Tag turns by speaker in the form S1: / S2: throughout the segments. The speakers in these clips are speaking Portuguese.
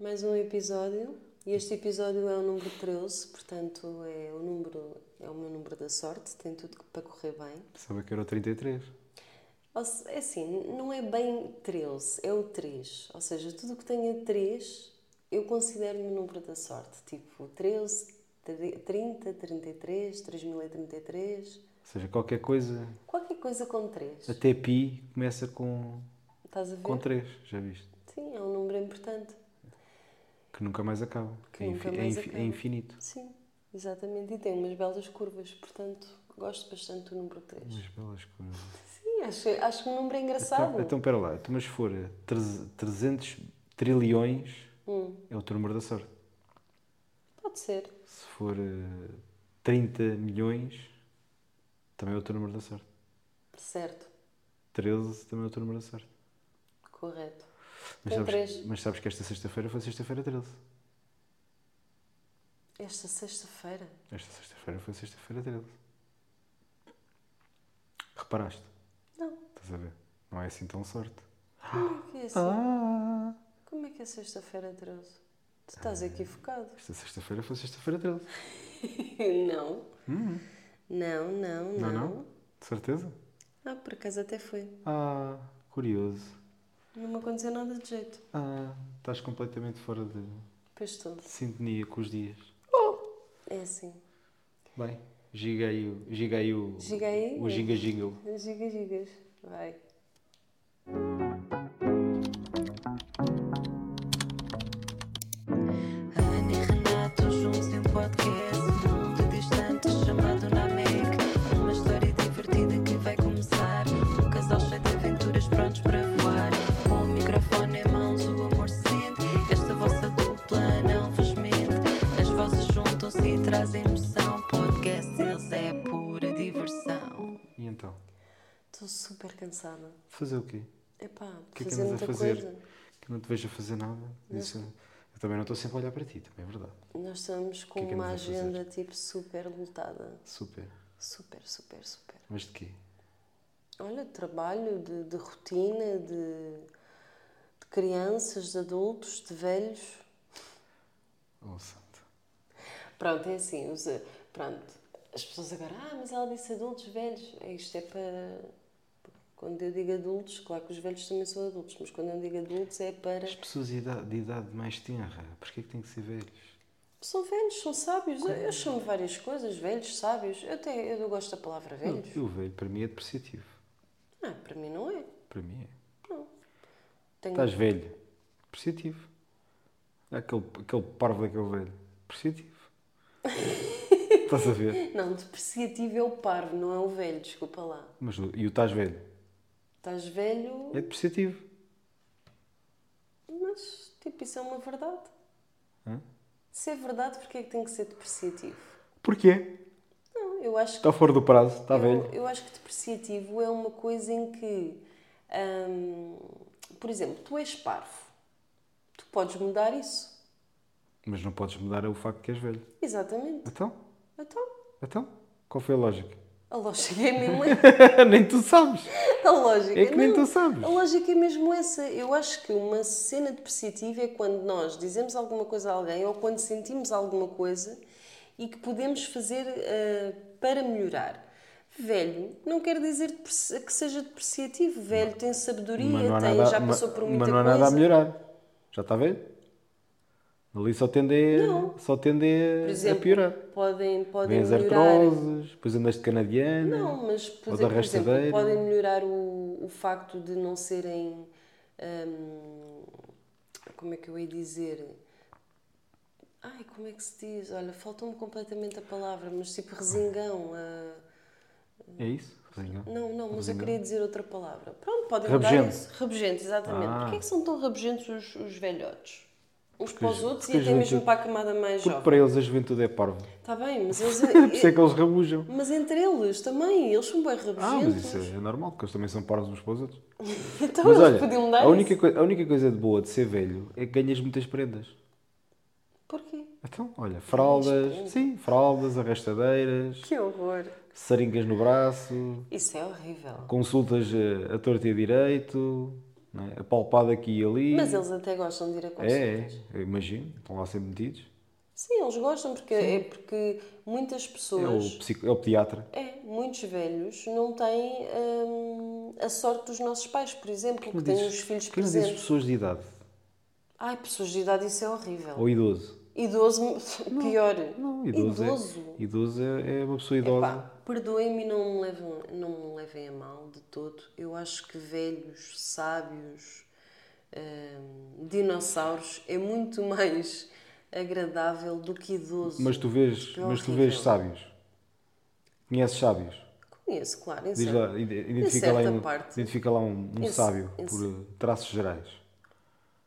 S1: mais um episódio. E este episódio é o número 13, portanto é o número, é o meu número da sorte, tem tudo para correr bem.
S2: Pensava que era o 33.
S1: Ou se- É assim, não é bem 13, é o 3. Ou seja, tudo o que tenha 3 eu considero-me o número da sorte. Tipo 13, 30, 33, 3033.
S2: Ou seja, qualquer coisa,
S1: Qualquer coisa com 3.
S2: até pi, começa com,
S1: Estás a ver?
S2: com 3, já viste?
S1: Sim, é um número importante.
S2: Que nunca mais acaba.
S1: Que
S2: é,
S1: nunca
S2: infi- é
S1: mais
S2: infi- é
S1: acaba.
S2: infinito.
S1: Sim, exatamente. E tem umas belas curvas, portanto, gosto bastante do número 3.
S2: Mas belas coisas.
S1: Sim, acho, acho que o número é engraçado.
S2: Então, então, pera lá, então, mas se for treze- 300 trilhões, é o teu número da sorte.
S1: Hum, Pode ser.
S2: Se for eh, 30 milhões, também é o teu número da sorte.
S1: Certo.
S2: 13 também é o teu número da sorte.
S1: Correto.
S2: Mas
S1: Com
S2: sabes,
S1: três.
S2: mas sabes que esta sexta-feira foi sexta-feira 13.
S1: Esta sexta-feira.
S2: Esta sexta-feira foi sexta-feira 13. Reparaste?
S1: Não,
S2: Estás a ver? Não é assim tão sorte.
S1: como é que é assim?
S2: Ah!
S1: Como é que é sexta-feira 13? Tu estás equivocado.
S2: Esta sexta-feira foi sexta-feira 13.
S1: não. Não, não,
S2: Não,
S1: não.
S2: não? De certeza?
S1: Ah, por acaso até foi.
S2: Ah, curioso.
S1: Não me aconteceu nada de jeito.
S2: Ah, estás completamente fora de
S1: Pois tudo.
S2: sintonia com os dias.
S1: É assim.
S2: Bem, giga aí, o- giga aí o,
S1: Giga aí?
S2: o giga giga.
S1: Gigas, gigas. Vai.
S3: Ana e Renato juntos em um podcast Um mundo distante chamado Namek Uma história divertida que vai começar Um casal cheio de aventuras prontos para voar Com o microfone em mãos o amor se sente Esta vossa dupla não vos mente As vozes juntam-se e trazem emoção Podcast eles é pura diversão
S2: E então?
S1: Estou super cansada.
S2: Fazer o quê?
S1: Epá,
S2: O que é que
S1: fazer
S2: andas
S1: muita
S2: a fazer?
S1: coisa.
S2: Que não te vejo a fazer nada? Isso- é- eu também não estou sempre a olhar para ti, também é verdade.
S1: Nós estamos com
S2: que é que
S1: uma
S2: andas a fazer?
S1: agenda tipo super lotada.
S2: Super.
S1: Super, super, super.
S2: Mas de quê?
S1: Olha, de trabalho, de, de rotina, de, de crianças, de adultos, de velhos.
S2: Oh, santo.
S1: Pronto, é assim. Os, pronto, as pessoas agora, ah, mas ela disse adultos, velhos. É, Isto é para. Quando eu digo adultos, claro que os velhos também são adultos, mas quando eu digo adultos é para.
S2: As pessoas de idade, de idade mais tenra, porquê é que têm que ser velhos?
S1: São velhos, são sábios. Eu, eu chamo várias coisas, velhos, sábios. Eu, até, eu gosto da palavra velhos.
S2: Eu, eu velho, para mim é depreciativo.
S1: Ah, para mim não é.
S2: Para mim é.
S1: Tenho
S2: Estás velho. Perceptivo. Aquele, aquele parvo daquele velho. Perceptivo. Estás a ver?
S1: Não, depreciativo é o parvo, não é o velho, desculpa lá.
S2: Mas, o- e o estás velho?
S1: Estás velho,
S2: É depreciativo.
S1: mas tipo, isso é uma verdade.
S2: Hã?
S1: Se é verdade, porque é que tem que ser depreciativo?
S2: Porquê?
S1: Não, eu acho que.
S2: Está fora do prazo, está
S1: eu,
S2: Tá, velho.
S1: eu acho que depreciativo é uma coisa em que. hum, por exemplo, tu és parvo. Tu podes mudar isso.
S2: Mas não podes mudar o facto que és velho.
S1: Exatamente.
S2: Então?
S1: Então,
S2: Então? Qual foi a lógica?
S1: a lógica é mesmo
S2: nem tu sabes.
S1: A lógica.
S2: É que nem
S1: não.
S2: tu sabes.
S1: A lógica é mesmo essa. Eu acho que uma cena depreciativa é quando nós dizemos alguma coisa a alguém ou quando sentimos alguma coisa e que podemos fazer ah, para melhorar. Velho não quer dizer depreci- que seja depreciativo. Velho tem sabedoria,
S2: Mas não há
S1: tem,
S2: nada,
S1: já
S2: mas,
S1: passou por muita
S2: mas não há
S1: coisa.
S2: nada a melhorar. Já está velho? Ali só tende a,
S1: Não.
S2: só tende a,
S1: por
S2: a
S1: exemplo,
S2: piorar.
S1: podem, podem
S2: Vem as
S1: melhorar.
S2: artroses, depois andas de canadiana.
S1: Não, mas por exemplo, por
S2: Ou da
S1: exemplo,
S2: rastadeira.
S1: podem melhorar o, o facto de não serem. hum, como é que eu ia dizer? Ai, como é que se diz? Olha, faltou-me completamente a palavra, mas tipo resingão. ah,
S2: É isso? Resingão.
S1: Não, não, mas eu
S2: Resingão.
S1: queria dizer outra palavra. Pronto, podem mudar
S2: Rabugento.
S1: isso. Rabugento, exatamente.
S2: Ah.
S1: Porquê é que são tão rabugentos os, os velhotes? Uns
S2: Porque
S1: para
S2: os-
S1: os outros e
S2: porque os
S1: até mesmo
S2: velhotes-
S1: para a camada mais
S2: Porque
S1: jovem.
S2: para eles a juventude é parva.
S1: Está bem, mas
S2: Por isso é
S1: eles.
S2: que eles rabujam.
S1: Mas entre eles também, eles são bem
S2: Ah, mas isso
S1: rabugentos.
S2: é normal, porque eles também são parvos uns para os outros.
S1: Então
S2: Mas
S1: eles
S2: olha,
S1: podiam mudar
S2: a única,
S1: isso.
S2: coi- a única coisa de boa de ser velho é que ganhas muitas prendas.
S1: Porquê?
S2: Então, olha, fraldas, sim, fraldas, arrastadeiras,
S1: Que horror.
S2: seringas no braço,
S1: Isso é horrível.
S2: consultas eh, a torto e a direito, não é? A palpada aqui e ali.
S1: Mas eles até gostam de ir a
S2: é, é,
S1: concertos.
S2: eu imagino, estão lá sempre metidos.
S1: Sim, eles gostam porque é porque muitas
S2: É o,
S1: pessoas,
S2: psico, é o pediatra.
S1: é, muitos velhos não têm hum, a sorte dos nossos pais, por exemplo, que,
S2: Quem
S1: têm
S2: diz-
S1: os filhos
S2: quem diz
S1: presentes.
S2: pessoas de idade
S1: Ai, pessoas de idade, isso é horrível.
S2: ou idoso?
S1: Idoso, pior.
S2: Não, idoso,
S1: Idoso.
S2: É, idoso é, é uma pessoa idosa.
S1: Pá, perdoem-me e não me, levem, não me levem a mal de todo. Eu acho que velhos, sábios, hum, dinossauros é muito mais agradável do que idoso.
S2: Mas tu vês,
S1: Que
S2: mas tu
S1: horrível.
S2: vês sábios. Conheces sábios.
S1: Conheço, claro, em
S2: Diz
S1: certa-
S2: lá, ide- identifica
S1: certa
S2: lá, um,
S1: parte.
S2: identifica lá um, um
S1: Em-
S2: sábio
S1: em-
S2: por eh, traços gerais.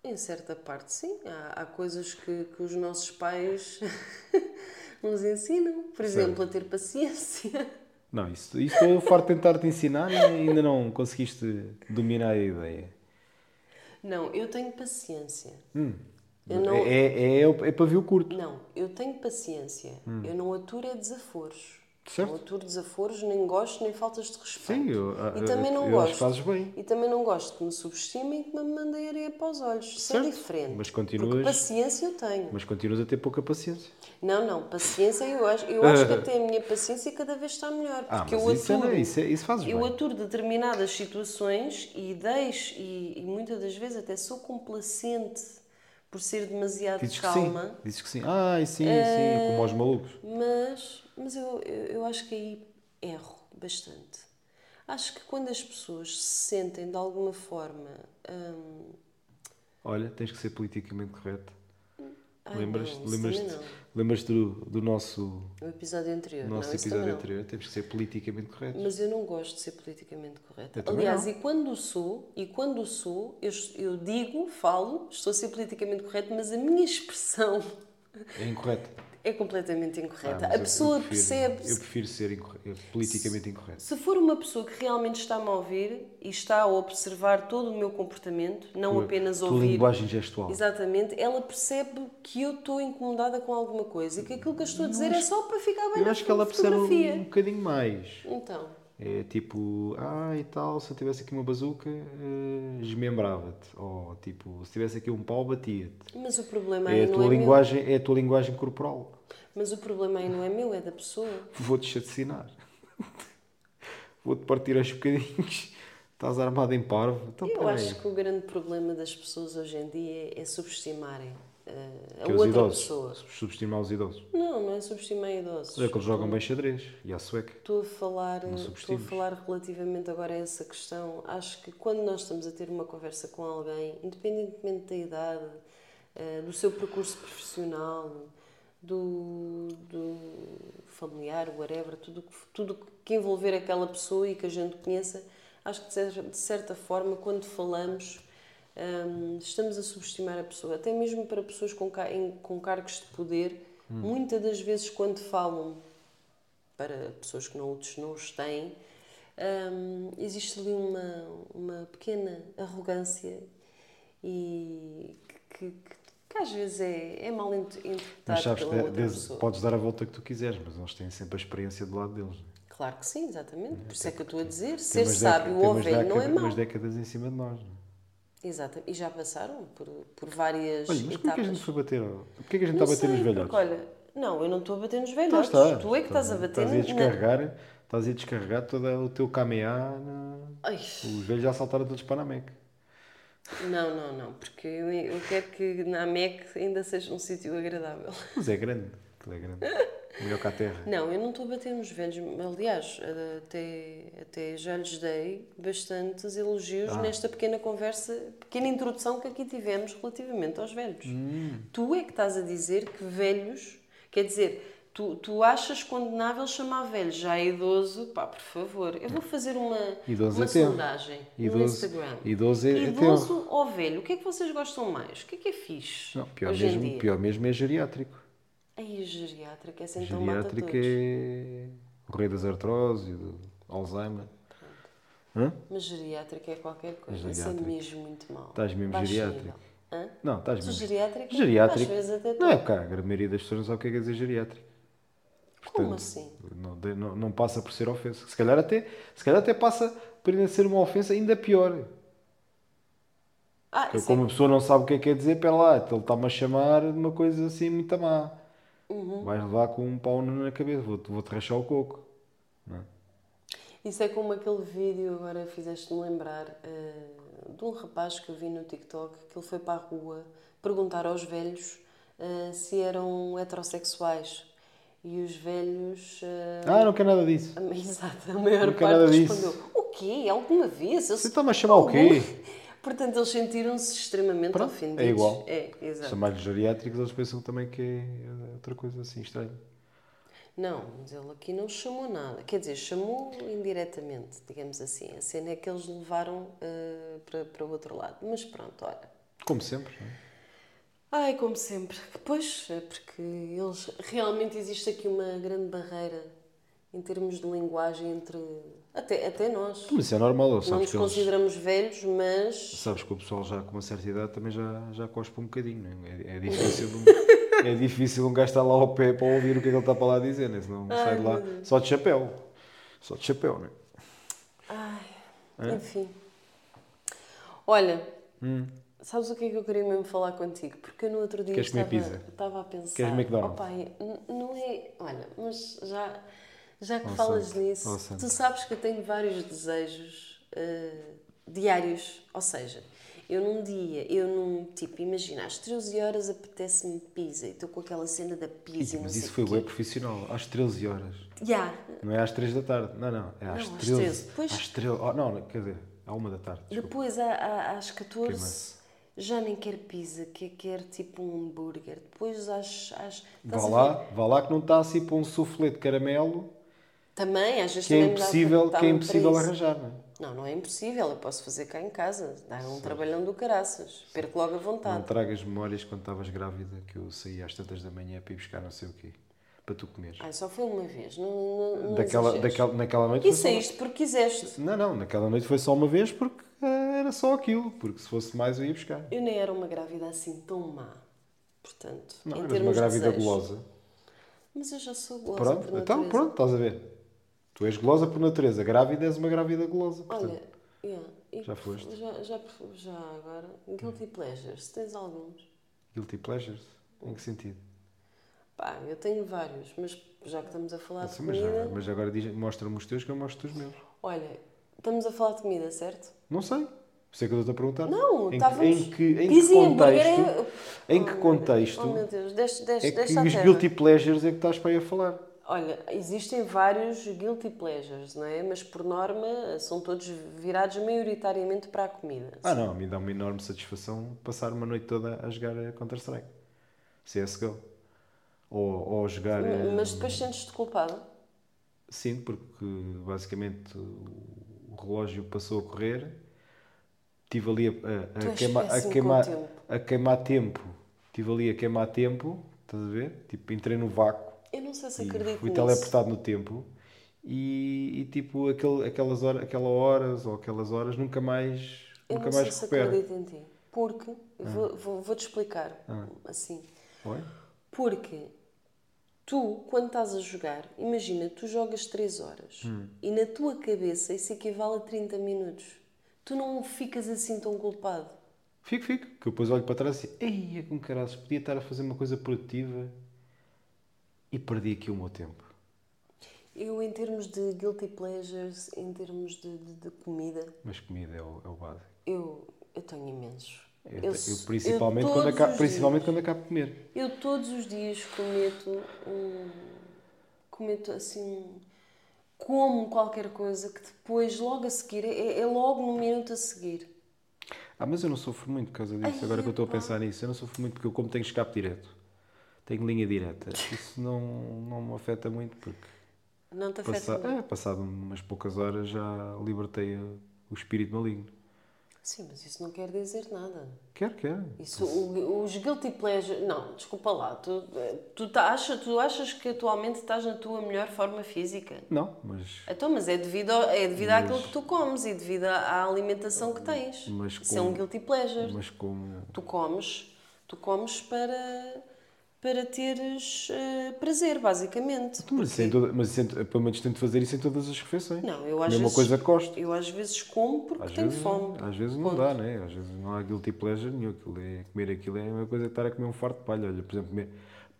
S1: Em certa parte, sim. Há, há coisas que, que os nossos pais nos ensinam. Por exemplo, a ter paciência.
S2: Não, isso, isso eu farto de tentar te ensinar e ainda não conseguiste dominar a ideia.
S1: Não, eu tenho paciência. Eu não-
S2: É, é, é, é pavio curto.
S1: Não, eu tenho paciência. Eu não aturo é desaforos.
S2: Hum. Certo.
S1: Não aturo desaforos, nem gosto, nem faltas de respeito.
S2: Sim, eu-
S1: e
S2: eu-
S1: também não
S2: eu acho
S1: gosto.
S2: que fazes bem.
S1: E também não gosto que me subestimem e que me mandem areia para os olhos. Isso
S2: Certo,
S1: é diferente.
S2: mas continuas-
S1: Porque paciência eu tenho.
S2: Mas continuas a ter pouca paciência.
S1: Não, não, paciência eu acho, eu acho que até a minha paciência cada vez está melhor.
S2: Ah,
S1: Porque
S2: mas
S1: eu
S2: isso, é-
S1: aturo.
S2: isso, é- isso fazes
S1: Eu
S2: bem.
S1: aturo determinadas situações e deixo, e, e muitas das vezes até sou complacente por ser demasiado
S2: Dizes que sim.
S1: calma, Eh,
S2: Dizes que sim. Ah, sim, sim, como aos malucos.
S1: mas, mas eu, eu, eu acho que aí erro bastante. Acho que quando as pessoas se sentem de alguma forma. hum,
S2: Olha, tens que ser politicamente correto.
S1: ai,
S2: Lembras-te
S1: não, isso também
S2: lembras
S1: não.
S2: lembras do, do nosso,
S1: O episódio anterior.
S2: nosso
S1: não, isso também
S2: episódio
S1: não.
S2: anterior? Temos que ser politicamente corretos.
S1: Mas eu não gosto de ser politicamente correta.
S2: Eu também
S1: Aliás,
S2: não.
S1: e quando o sou, e quando o sou, eu, es- eu digo, falo, estou a ser politicamente correta, mas a minha expressão
S2: É incorreto.
S1: é completamente
S2: Ah,
S1: incorreta. Tá,
S2: mas
S1: a
S2: eu-
S1: pessoa
S2: eu prefiro-
S1: percebe.
S2: Eu prefiro ser incorre- eu- politicamente incorreto.
S1: Se for uma pessoa que realmente está-me a ouvir e está a observar todo o meu comportamento, não apenas
S2: Tua
S1: ouvir.
S2: linguagem gestual.
S1: Exatamente, ela percebe que eu estou incomodada com alguma coisa e que aquilo que eu estou a dizer é só para ficar bem
S2: Eu
S1: na
S2: acho que ela percebe
S1: fotografia.
S2: um bocadinho mais.
S1: Então,
S2: É tipo, ah e tal, se eu tivesse aqui uma bazuca, eh, desmembrava-te. Ou tipo, se tivesse aqui um pau, batia-te.
S1: mas o problema
S2: É
S1: aí
S2: a
S1: não
S2: tua
S1: é meu.
S2: linguagem, é a tua linguagem corporal.
S1: Mas o problema aí não é meu, é da pessoa.
S2: Vou-te chacinar. Vou-te partir aos bocadinhos. Estás armado em parvo. Então,
S1: Eu
S2: peraí.
S1: acho que o grande problema das pessoas hoje em dia é subestimarem eh, a
S2: Que é os
S1: outra
S2: idosos.
S1: pessoa.
S2: Subestimar os idosos.
S1: Não, não é subestimar idosos.
S2: É que eles jogam bem xadrez. E à sueca.
S1: Estou a falar, estou a
S2: subestimes.
S1: falar relativamente agora a essa questão. Acho que quando nós estamos a ter uma conversa com alguém, independentemente da idade, eh, do seu percurso profissional, do, do familiar, whatever, tudo o que- tudo o que envolver aquela pessoa e que a gente conheça, acho que de cer- de certa forma, quando falamos, hum, estamos a subestimar a pessoa. Até mesmo para pessoas com, ca- em- com cargos de poder, muitas das vezes quando falam para pessoas que não, os- não os têm, hum, existe ali uma, uma pequena arrogância e que, que- que às vezes é, é mal int-
S2: Mas
S1: interpretado
S2: sabes,
S1: pela
S2: de-
S1: outra
S2: des-
S1: pessoa.
S2: podes dar a volta que tu quiseres, mas eles têm sempre a experiência do lado deles. né?
S1: Claro que sim, exatamente. Por isso é que eu estou a dizer, ser
S2: umas
S1: sábio
S2: déca- tem
S1: ou
S2: umas
S1: velho não é
S2: década-
S1: mau.
S2: umas décadas em cima de nós. né?
S1: Exato. E já passaram por, por várias
S2: Olha, mas como é que a
S1: etapas.
S2: gente foi bater? ao- Porquê é que a gente
S1: Não
S2: está a bater
S1: sei,
S2: nos velhotes?
S1: porque, olha, não, eu não estou a bater nos
S2: Então
S1: velhotes.
S2: está,
S1: tu é que estás a bater
S2: Estás a
S1: na-
S2: descarregar, estás a descarregar todo o teu caminhar. na-
S1: Ai,
S2: Os velhos já saltaram todos para a Mec.
S1: não, não, não, porque eu, eu quero que na MEC ainda seja um sítio agradável.
S2: Mas é grande. Aquilo é grande. Melhor que a terra.
S1: Não, eu não estou a bater nos velhos. Aliás, até, até já lhes dei bastantes elogios
S2: Ah.
S1: nesta pequena conversa, pequena introdução que aqui tivemos relativamente aos velhos.
S2: Hum.
S1: Tu é que estás a dizer que velhos, quer dizer, tu, tu achas condenável chamar velho já é idoso? Pá, por favor, eu vou fazer uma,
S2: Idoso
S1: uma
S2: é teu.
S1: sondagem no
S2: Idoso-
S1: Instagram.
S2: idoso é- é teu.
S1: Idoso ou velho? O que é que vocês gostam mais? O que é que é fixe
S2: Não, pior,
S1: hoje em
S2: mesmo,
S1: dia?
S2: pior mesmo é geriátrico.
S1: Ai, a geriátrica, essa então mata
S2: geriátrico
S1: todos.
S2: é o rei das artroses, do Alzheimer. Hã?
S1: Mas geriátrica é qualquer coisa.
S2: Mas
S1: Isso é
S2: geriátrico.
S1: mesmo muito mal.
S2: Estás mesmo
S1: Baixo
S2: geriátrico.
S1: nível. Hã?
S2: Não, estás
S1: Sou
S2: mesmo.
S1: geriátrica?
S2: Geriátrico.
S1: Às vezes até
S2: não é
S1: estou.
S2: porque a grande maioria das pessoas não sabe o que é que é dizer geriátrico.
S1: Como
S2: Portanto,
S1: assim?
S2: Não, de- não, não passa por ser ofensa. Se calhar até, se calhar até passa por ainda ser uma ofensa ainda pior.
S1: Ah,
S2: Eu,
S1: sim.
S2: como a pessoa não sabe o que é que quer dizer, pera lá, ele está-me a chamar de uma coisa assim muito má.
S1: Uhum.
S2: Vais levar com um pau na cabeça, vou-te vou rachar o coco.
S1: Isso é como aquele vídeo, agora fizeste-me lembrar, eh, de um rapaz que eu vi no TikTok, que ele foi para a rua perguntar aos velhos eh, se eram heterossexuais. E os velhos. eh,
S2: Ah, não quer nada disso.
S1: a ma- Exato, a maior
S2: Nunca
S1: parte
S2: nada disso.
S1: respondeu: O quê? Alguma vez? Eu
S2: Você
S1: se-
S2: está-me a chamar o quê?
S1: Portanto, eles sentiram-se extremamente
S2: Pronto, é
S1: ofendidos.
S2: igual.
S1: É, exato.
S2: Chamar-lhe geriátricos, eles pensam também que é outra coisa assim estranha.
S1: Não, mas ele aqui não chamou nada. Quer dizer, chamou indiretamente, digamos assim. A cena é que eles levaram eh, para, para o outro lado. Mas pronto, olha.
S2: Como sempre, não é?
S1: Ai, como sempre. Pois, é porque eles realmente existe aqui uma grande barreira em termos de linguagem entre. Até, até nós.
S2: Mas isso é normal, eu
S1: Não
S2: sabes
S1: nos
S2: que, eles,
S1: consideramos velhos, mas.
S2: sabes que o pessoal já com uma certa idade também já, já cospe um bocadinho, não é? É, é difícil, um, é difícil um gajo estar lá ao pé para ouvir o que é que ele está para lá dizer, né? senão sai de lá só de chapéu. Só de chapéu, não é?
S1: Enfim. Olha,
S2: Hum.
S1: sabes o que é que eu queria mesmo falar contigo? Porque eu no outro dia
S2: Queres comer
S1: estava,
S2: pizza?
S1: estava a pensar.
S2: Queres McDonald's?
S1: "Opa, n- não é. Olha, mas já, já que
S2: Oh,
S1: falas
S2: santo.
S1: nisso,
S2: Oh, santo.
S1: tu sabes que eu tenho vários desejos eh, diários. Ou seja, eu num dia, eu num. Tipo, imagina, às 13 horas apetece-me pizza e estou com aquela cena da pizza.
S2: Ih,
S1: e não
S2: mas
S1: sei
S2: isso foi
S1: o quê.
S2: web profissional, às 13 horas.
S1: Ya,
S2: Não é às 3 da tarde, não, não, é às
S1: Não, às
S2: 13.
S1: 13, pois.
S2: Às 13, oh, não, quer dizer, à 1 da tarde. desculpa.
S1: Depois, a- a- às 14,
S2: Queima-se.
S1: já nem quero pizza, que quero tipo um hambúrguer. Depois, às. às estás
S2: Vá
S1: a
S2: lá,
S1: ver?
S2: vá lá que não está assim para um soufflé de caramelo
S1: Também, às vezes
S2: que é
S1: também me dá-
S2: impossível,
S1: dá
S2: que é
S1: um
S2: impossível
S1: preço.
S2: arranjar, não é?
S1: Não, não é impossível, eu posso fazer cá em casa. Dá um trabalhão do caraças. Perco logo a
S2: Não tá.
S1: vontade.
S2: tragas memórias quando estavas grávida que eu saía às tantas da manhã para ir buscar não sei o quê, para tu comeres.
S1: Ai, só foi uma vez, não, não, não
S2: daquela,
S1: exageres.
S2: daquela, naquela noite
S1: E
S2: foi só-
S1: saíste porque quiseste.
S2: Não, não, naquela noite foi só uma vez porque eh, era só aquilo, porque se fosse mais eu ia buscar.
S1: Eu nem era uma grávida assim tão má. Portanto,
S2: Não,
S1: em
S2: eras
S1: termos
S2: uma
S1: de
S2: grávida
S1: desejos.
S2: gulosa.
S1: Mas eu já sou gulosa. por
S2: Pronto, então
S1: natureza.
S2: pronto, estás a ver. Tu és gulosa por natureza, grávida és uma grávida gulosa. portanto.
S1: Olha, yeah, e
S2: já foste? Hum.
S1: Já, já, já agora. Guilty pleasures, tens alguns?
S2: Guilty pleasures? Em que sentido?
S1: Pá, eu tenho vários, mas já que estamos a falar
S2: Nossa,
S1: de
S2: mas,
S1: comida.
S2: já- mas agora diz- mostra-me os teus que eu mostro os meus.
S1: Olha, estamos a falar de comida, certo?
S2: Não sei. Por isso é que eu estou a perguntar.
S1: Não,
S2: em, que-
S1: estávamos.
S2: em que, em que
S1: Pizza e hambúrguer é-
S2: contexto, em que
S1: Oh,
S2: contexto
S1: Oh meu Deus, deixa, deixa,
S2: é que
S1: deixa a
S2: os
S1: terra.
S2: guilty pleasures é que estás para aí a falar?
S1: Olha, existem vários guilty pleasures, não é? Mas por norma são todos virados maioritariamente para a comida.
S2: Ah não, me dá uma enorme satisfação passar uma noite toda a jogar eh, Counter-Strike. CSGO. Ou, ou jogar... eh,
S1: Mas depois sentes-te culpado.
S2: Sim, porque basicamente o relógio passou a correr, estive ali a, a,
S1: Tu
S2: a,
S1: és
S2: queima- a
S1: péssimo com o
S2: queimar,
S1: tempo.
S2: a queimar tempo, estive ali a queimar tempo, estás a ver? Tipo, entrei no vácuo
S1: Eu não sei se
S2: e
S1: acredito
S2: fui
S1: nisso.
S2: teleportado no tempo e, e, tipo, aquele, aquelas horas, aquela horas ou aquelas horas nunca mais,
S1: Eu
S2: nunca
S1: não sei
S2: mais
S1: se
S2: recupero. Ah.
S1: acredito em ti. Porque, vou- vou- vou-te explicar assim.
S2: Oi?
S1: Porque tu, quando estás a jogar, imagina, tu jogas 3 horas
S2: Hum.
S1: e na tua cabeça isso equivale a 30 minutos. Tu não ficas assim tão culpado.
S2: Fico, fico, que eu depois olho para trás e ei, com caras, podia estar a fazer uma coisa produtiva e perdi aqui o meu tempo.
S1: Eu, em termos de guilty pleasures, em termos de, de- de comida,
S2: Mas comida é o, é o básico. É
S1: eu, eu tenho imensos.
S2: Eu,
S1: Eu
S2: te- eu
S1: s- eu
S2: principalmente, quando
S1: todos
S2: acabo,
S1: os
S2: principalmente quando acabo de comer.
S1: Eu todos os dias cometo um. cometo assim. como qualquer coisa que depois, logo a seguir, é, é logo no minuto a seguir.
S2: Ah, mas eu não sofro muito por causa disso,
S1: Ai,
S2: agora que eu estou a
S1: pá.
S2: pensar nisso. Eu não sofro muito porque eu como tenho escape direto. Tenho linha direta. Isso não, não me afeta muito porque
S1: Não te afeta
S2: passa,
S1: nada.
S2: é, passado umas poucas horas já libertei o, o espírito maligno.
S1: Sim, mas isso não quer dizer nada.
S2: Quer, quer.
S1: Isso, o- os guilty pleasures. Não, desculpa lá. Tu, tu, tá- acha, tu achas que atualmente estás na tua melhor forma física?
S2: Não, mas,
S1: Então, mas é devido, ao- é devido àquilo que tu comes e devido à- à alimentação que tens.
S2: Mas
S1: isso é um
S2: como-
S1: guilty pleasure.
S2: mas como.
S1: Tu comes, tu comes para, para teres eh, prazer, basicamente.
S2: Então, Mas, isso é em toda- mas isso em- pelo menos tento fazer isso em todas as refeições.
S1: Não, eu às
S2: Mesma
S1: vezes-
S2: coisa que gosto.
S1: Eu às vezes como porque
S2: Às
S1: tenho
S2: vezes,
S1: fome.
S2: às vezes não dá, né? Às vezes não há guilty pleasure nenhum. Aquilo é- comer aquilo é a mesma coisa que estar a comer um farto de palha. Olha, por exemplo, comer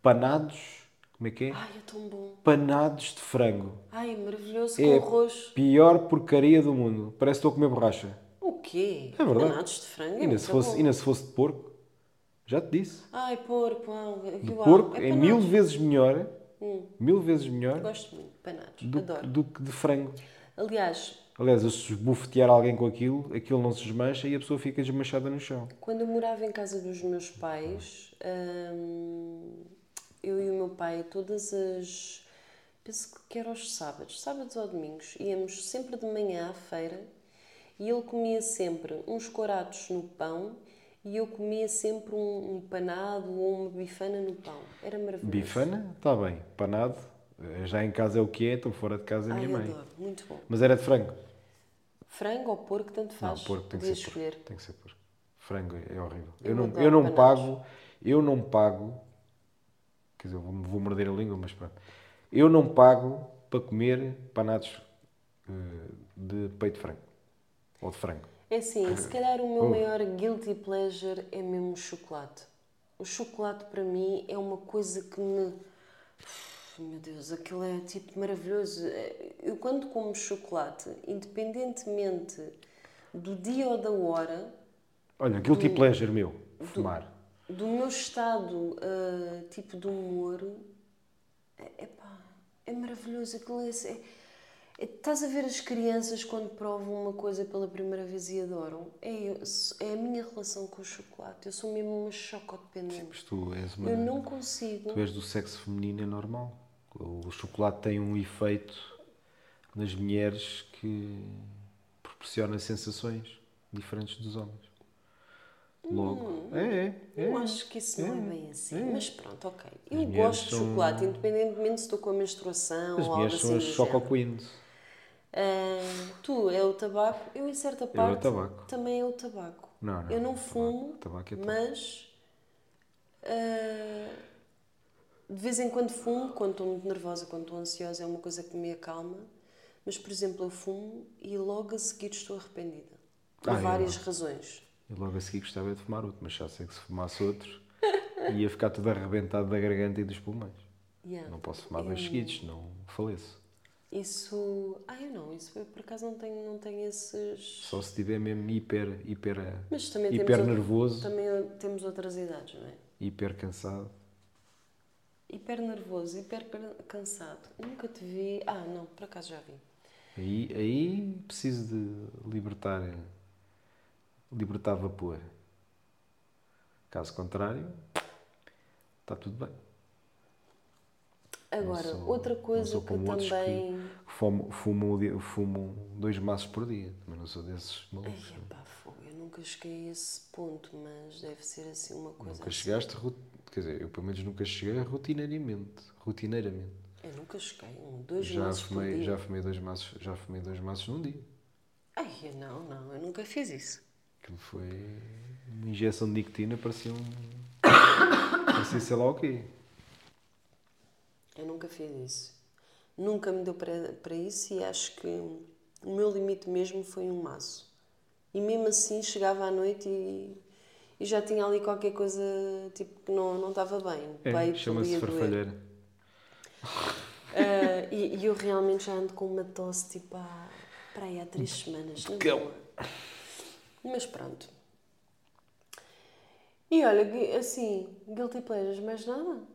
S2: panados. Como é que é?
S1: Ai, é tão bom.
S2: Panados de frango.
S1: Ai, maravilhoso
S2: É
S1: com arroz.
S2: pior porcaria do mundo. Parece que estou a comer borracha.
S1: O quê?
S2: É verdade.
S1: Panados de frango? é
S2: ainda,
S1: muito
S2: se fosse,
S1: bom.
S2: ainda se fosse de porco, já te disse.
S1: Ai, porco, ah,
S2: De
S1: igual.
S2: porco é,
S1: panados. Hum.
S2: mil vezes melhor. Mil vezes melhor
S1: Gosto muito de panados,
S2: do,
S1: adoro.
S2: do que de frango.
S1: Aliás,
S2: Aliás, eu se esbufetear alguém com aquilo, aquilo não se desmancha e a pessoa fica desmanchada no chão.
S1: Quando eu morava em casa dos meus pais, hum, eu e o meu pai, todas as. penso que era aos sábados, sábados ou domingos, íamos sempre de manhã à feira e ele comia sempre uns corados no pão e eu comia sempre um, um panado ou uma bifana no pão. Era maravilhoso.
S2: Bifana, está bem. Panado, eh, já em casa é o que é, estou fora de casa é a
S1: Ai,
S2: minha mãe.
S1: adoro, muito bom.
S2: Mas era de frango?
S1: Frango ou porco, tanto faz.
S2: não, porco tem que
S1: Podias
S2: ser
S1: escolher.
S2: porco. Tem que ser porco. Frango é horrível. Eu, não,
S1: adoro
S2: eu não
S1: panados.
S2: pago, eu não pago, quer dizer, eu vou, vou morder a língua, mas pronto. Eu não pago para comer panados eh, de peito de frango. Ou de frango.
S1: É assim, se calhar o meu maior guilty pleasure é mesmo o chocolate. O chocolate para mim é uma coisa que me. Uf, Meu Deus, aquilo é tipo maravilhoso. É, Eu quando como chocolate, independentemente do dia ou da hora,
S2: Olha, guilty pleasure meu, fumar.
S1: do meu estado ah, tipo de humor, é, epá, é maravilhoso. Aquilo é, é- é- estás a ver as crianças quando provam uma coisa pela primeira vez e adoram? É, eu- é a minha relação com o chocolate. Eu sou mesmo uma chocodependente.
S2: Mas tu és é uma.
S1: Eu não consigo.
S2: Tu és do sexo feminino, é normal. O chocolate tem um efeito nas mulheres que proporciona sensações diferentes dos homens. Logo.
S1: Hum.
S2: É, é, é.
S1: Eu acho que isso não é bem assim. Mas pronto, ok. Eu
S2: mulheres
S1: gosto de
S2: são-
S1: chocolate, independentemente se estou com a menstruação
S2: As
S1: ou algo
S2: mulheres
S1: assim.
S2: são as
S1: do
S2: choco
S1: género.
S2: queens.
S1: Ah, tu é o tabaco, eu em certa
S2: Eu é o
S1: parte
S2: tabaco.
S1: também é o tabaco.
S2: Não, não,
S1: eu não
S2: tabaco-
S1: fumo,
S2: tabaco é tabaco.
S1: mas ah, de vez em quando fumo, quando estou muito nervosa, quando estou ansiosa, é uma coisa que me acalma. Mas, por exemplo, eu fumo e logo a seguir estou arrependida. Por
S2: Ah, eu
S1: várias razões.
S2: Eu logo a seguir gostava de fumar outro, mas já sei que se fumasse outro ia ficar tudo arrebentado da garganta e dos pulmões.
S1: Yeah.
S2: Não posso fumar
S1: Hum.
S2: dois seguidos, não faleço.
S1: Isso. Ah, eu não, isso eu por acaso não tenho, não tenho esses.
S2: Só se estiver mesmo hiper, hiper,
S1: Mas também temos
S2: hiper
S1: outra-
S2: nervoso,
S1: Também temos outras idades, não é?
S2: hiper cansado.
S1: Hiper nervoso, hiper can- cansado. Nunca te vi. Ah, não, por acaso já vi.
S2: Aí, aí preciso de libertar, eh, libertar vapor. Caso contrário, está tudo bem.
S1: Agora,
S2: sou-
S1: outra
S2: não
S1: coisa
S2: sou
S1: que
S2: como outros que-
S1: também.
S2: Fumo, fumo, o dia- fumo dois maços por dia. Também não sou desses malucos.
S1: Ai, epá, fogo, eu nunca cheguei a esse ponto, mas deve ser assim uma coisa.
S2: Nunca chegaste, ru- quer dizer, eu pelo menos nunca cheguei rotineiramente. Rotineiramente.
S1: Eu nunca cheguei, um, dois
S2: Já
S1: meses por
S2: fumei,
S1: dia.
S2: já fumei dois maços, já fumei dois maços num dia.
S1: Ai, eu não, não, eu nunca fiz isso.
S2: Aquilo foi uma injeção de nicotina, parecia um. parecia sei lá o quê.
S1: Eu nunca fiz isso. Nunca me deu para, para isso e acho que o meu limite mesmo foi um maço. E mesmo assim chegava à noite e, e já tinha ali qualquer coisa tipo que não, não estava bem. O
S2: É,
S1: peito ali
S2: chama-se
S1: a doer.
S2: farfalheira.
S1: Ah, e, e eu realmente já ando com uma tosse tipo há, para aí há três
S2: Um
S1: semanas. na
S2: Cão.
S1: boa. Mas pronto. E olha, gui- assim, guilty pleasures, mais nada?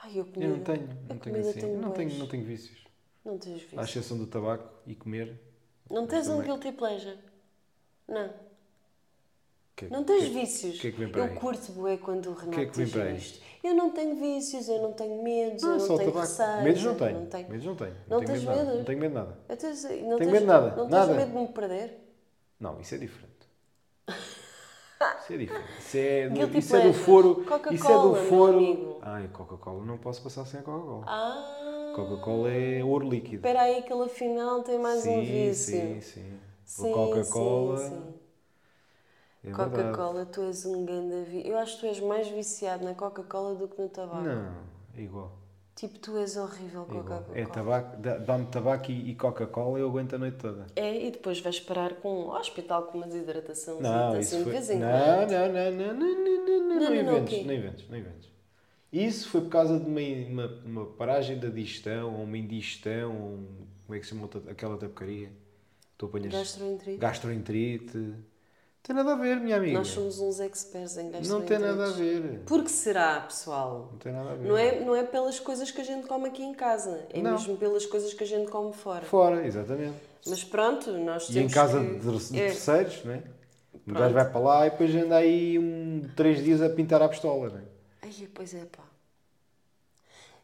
S1: Ai, eu comida.
S2: Eu não tenho,
S1: tipo, a
S2: não tenho
S1: comida
S2: assim.
S1: tem
S2: não,
S1: bués.
S2: tenho, não tenho vícios.
S1: Não tens visto.
S2: À exceção do tabaco e comer.
S1: Não tens um
S2: também.
S1: guilty pleasure? Não.
S2: Que é-
S1: Não tens
S2: que é-
S1: vícios.
S2: que é que vem para
S1: eu
S2: aí?
S1: curto bué quando o Renato
S2: que é que vem
S1: diz
S2: para aí?
S1: isto. Eu não tenho vícios, eu não tenho medos,
S2: Não,
S1: eu
S2: é
S1: não
S2: só o
S1: tenho
S2: tabaco.
S1: receios.
S2: medos não
S1: eu
S2: tenho.
S1: Não tenho.
S2: Medos não tenho.
S1: Não
S2: Não, tenho
S1: tens
S2: medo de nada.
S1: medo?
S2: Não tenho medo de nada.
S1: Eu tens- não
S2: Tenho
S1: tens-
S2: medo de nada,
S1: Não tens
S2: nada.
S1: medo de me perder?
S2: Não, isso é diferente. Isso é diferente. Isso é do,
S1: Guilty
S2: isso é do
S1: pleasure.
S2: foro. Isso é do
S1: Coca-Cola, meu amigo.
S2: foro. Ai, Coca-Cola, não posso passar sem a Coca-Cola.
S1: Ah,
S2: Coca-Cola é ouro líquido.
S1: espera aí que ele afinal tem mais um vício.
S2: Sim, sim. o Coca-Cola.
S1: sim, sim.
S2: É verdade.
S1: Coca-Cola, tu és um ganda vi... Eu acho que tu és mais viciado na Coca-Cola do que no tabaco.
S2: Não, é igual.
S1: Tipo, tu és horrível com
S2: é
S1: a
S2: igual.
S1: Coca-Cola.
S2: É tabaco, dá- dá-me tabaco e, e Coca-Cola eu aguento a noite toda.
S1: É, e depois vais parar com um hospital com uma desidratação
S2: Não,
S1: assim,
S2: isso
S1: de
S2: foi.
S1: vez em
S2: Não,
S1: quando.
S2: não, não, não, não, não, não, não,
S1: não,
S2: não
S1: o quê?
S2: inventes, não inventes, não inventes. Isso foi por causa de uma, uma, uma paragem da digestão, ou uma indigestão, ou um, como é que se chama outra- aquela outra porcaria? Tu apanhas
S1: Gastroenterite.
S2: gastroenterite. Não tem nada a ver, minha amiga.
S1: Nós somos uns experts em gastroenterites.
S2: Não tem nada a ver.
S1: Porque será, pessoal?
S2: Não tem nada a ver.
S1: Não é, não é pelas coisas que a gente come aqui em casa, é
S2: Não.
S1: mesmo pelas coisas que a gente come fora.
S2: Fora, exatamente.
S1: Mas pronto, nós temos
S2: E em casa
S1: que...
S2: de terce- de
S1: é,
S2: terceiros, não é? O
S1: Pronto.
S2: gajo vai para lá e depois anda aí um, três dias a pintar a pistola, não é?
S1: Ai, pois é, pá.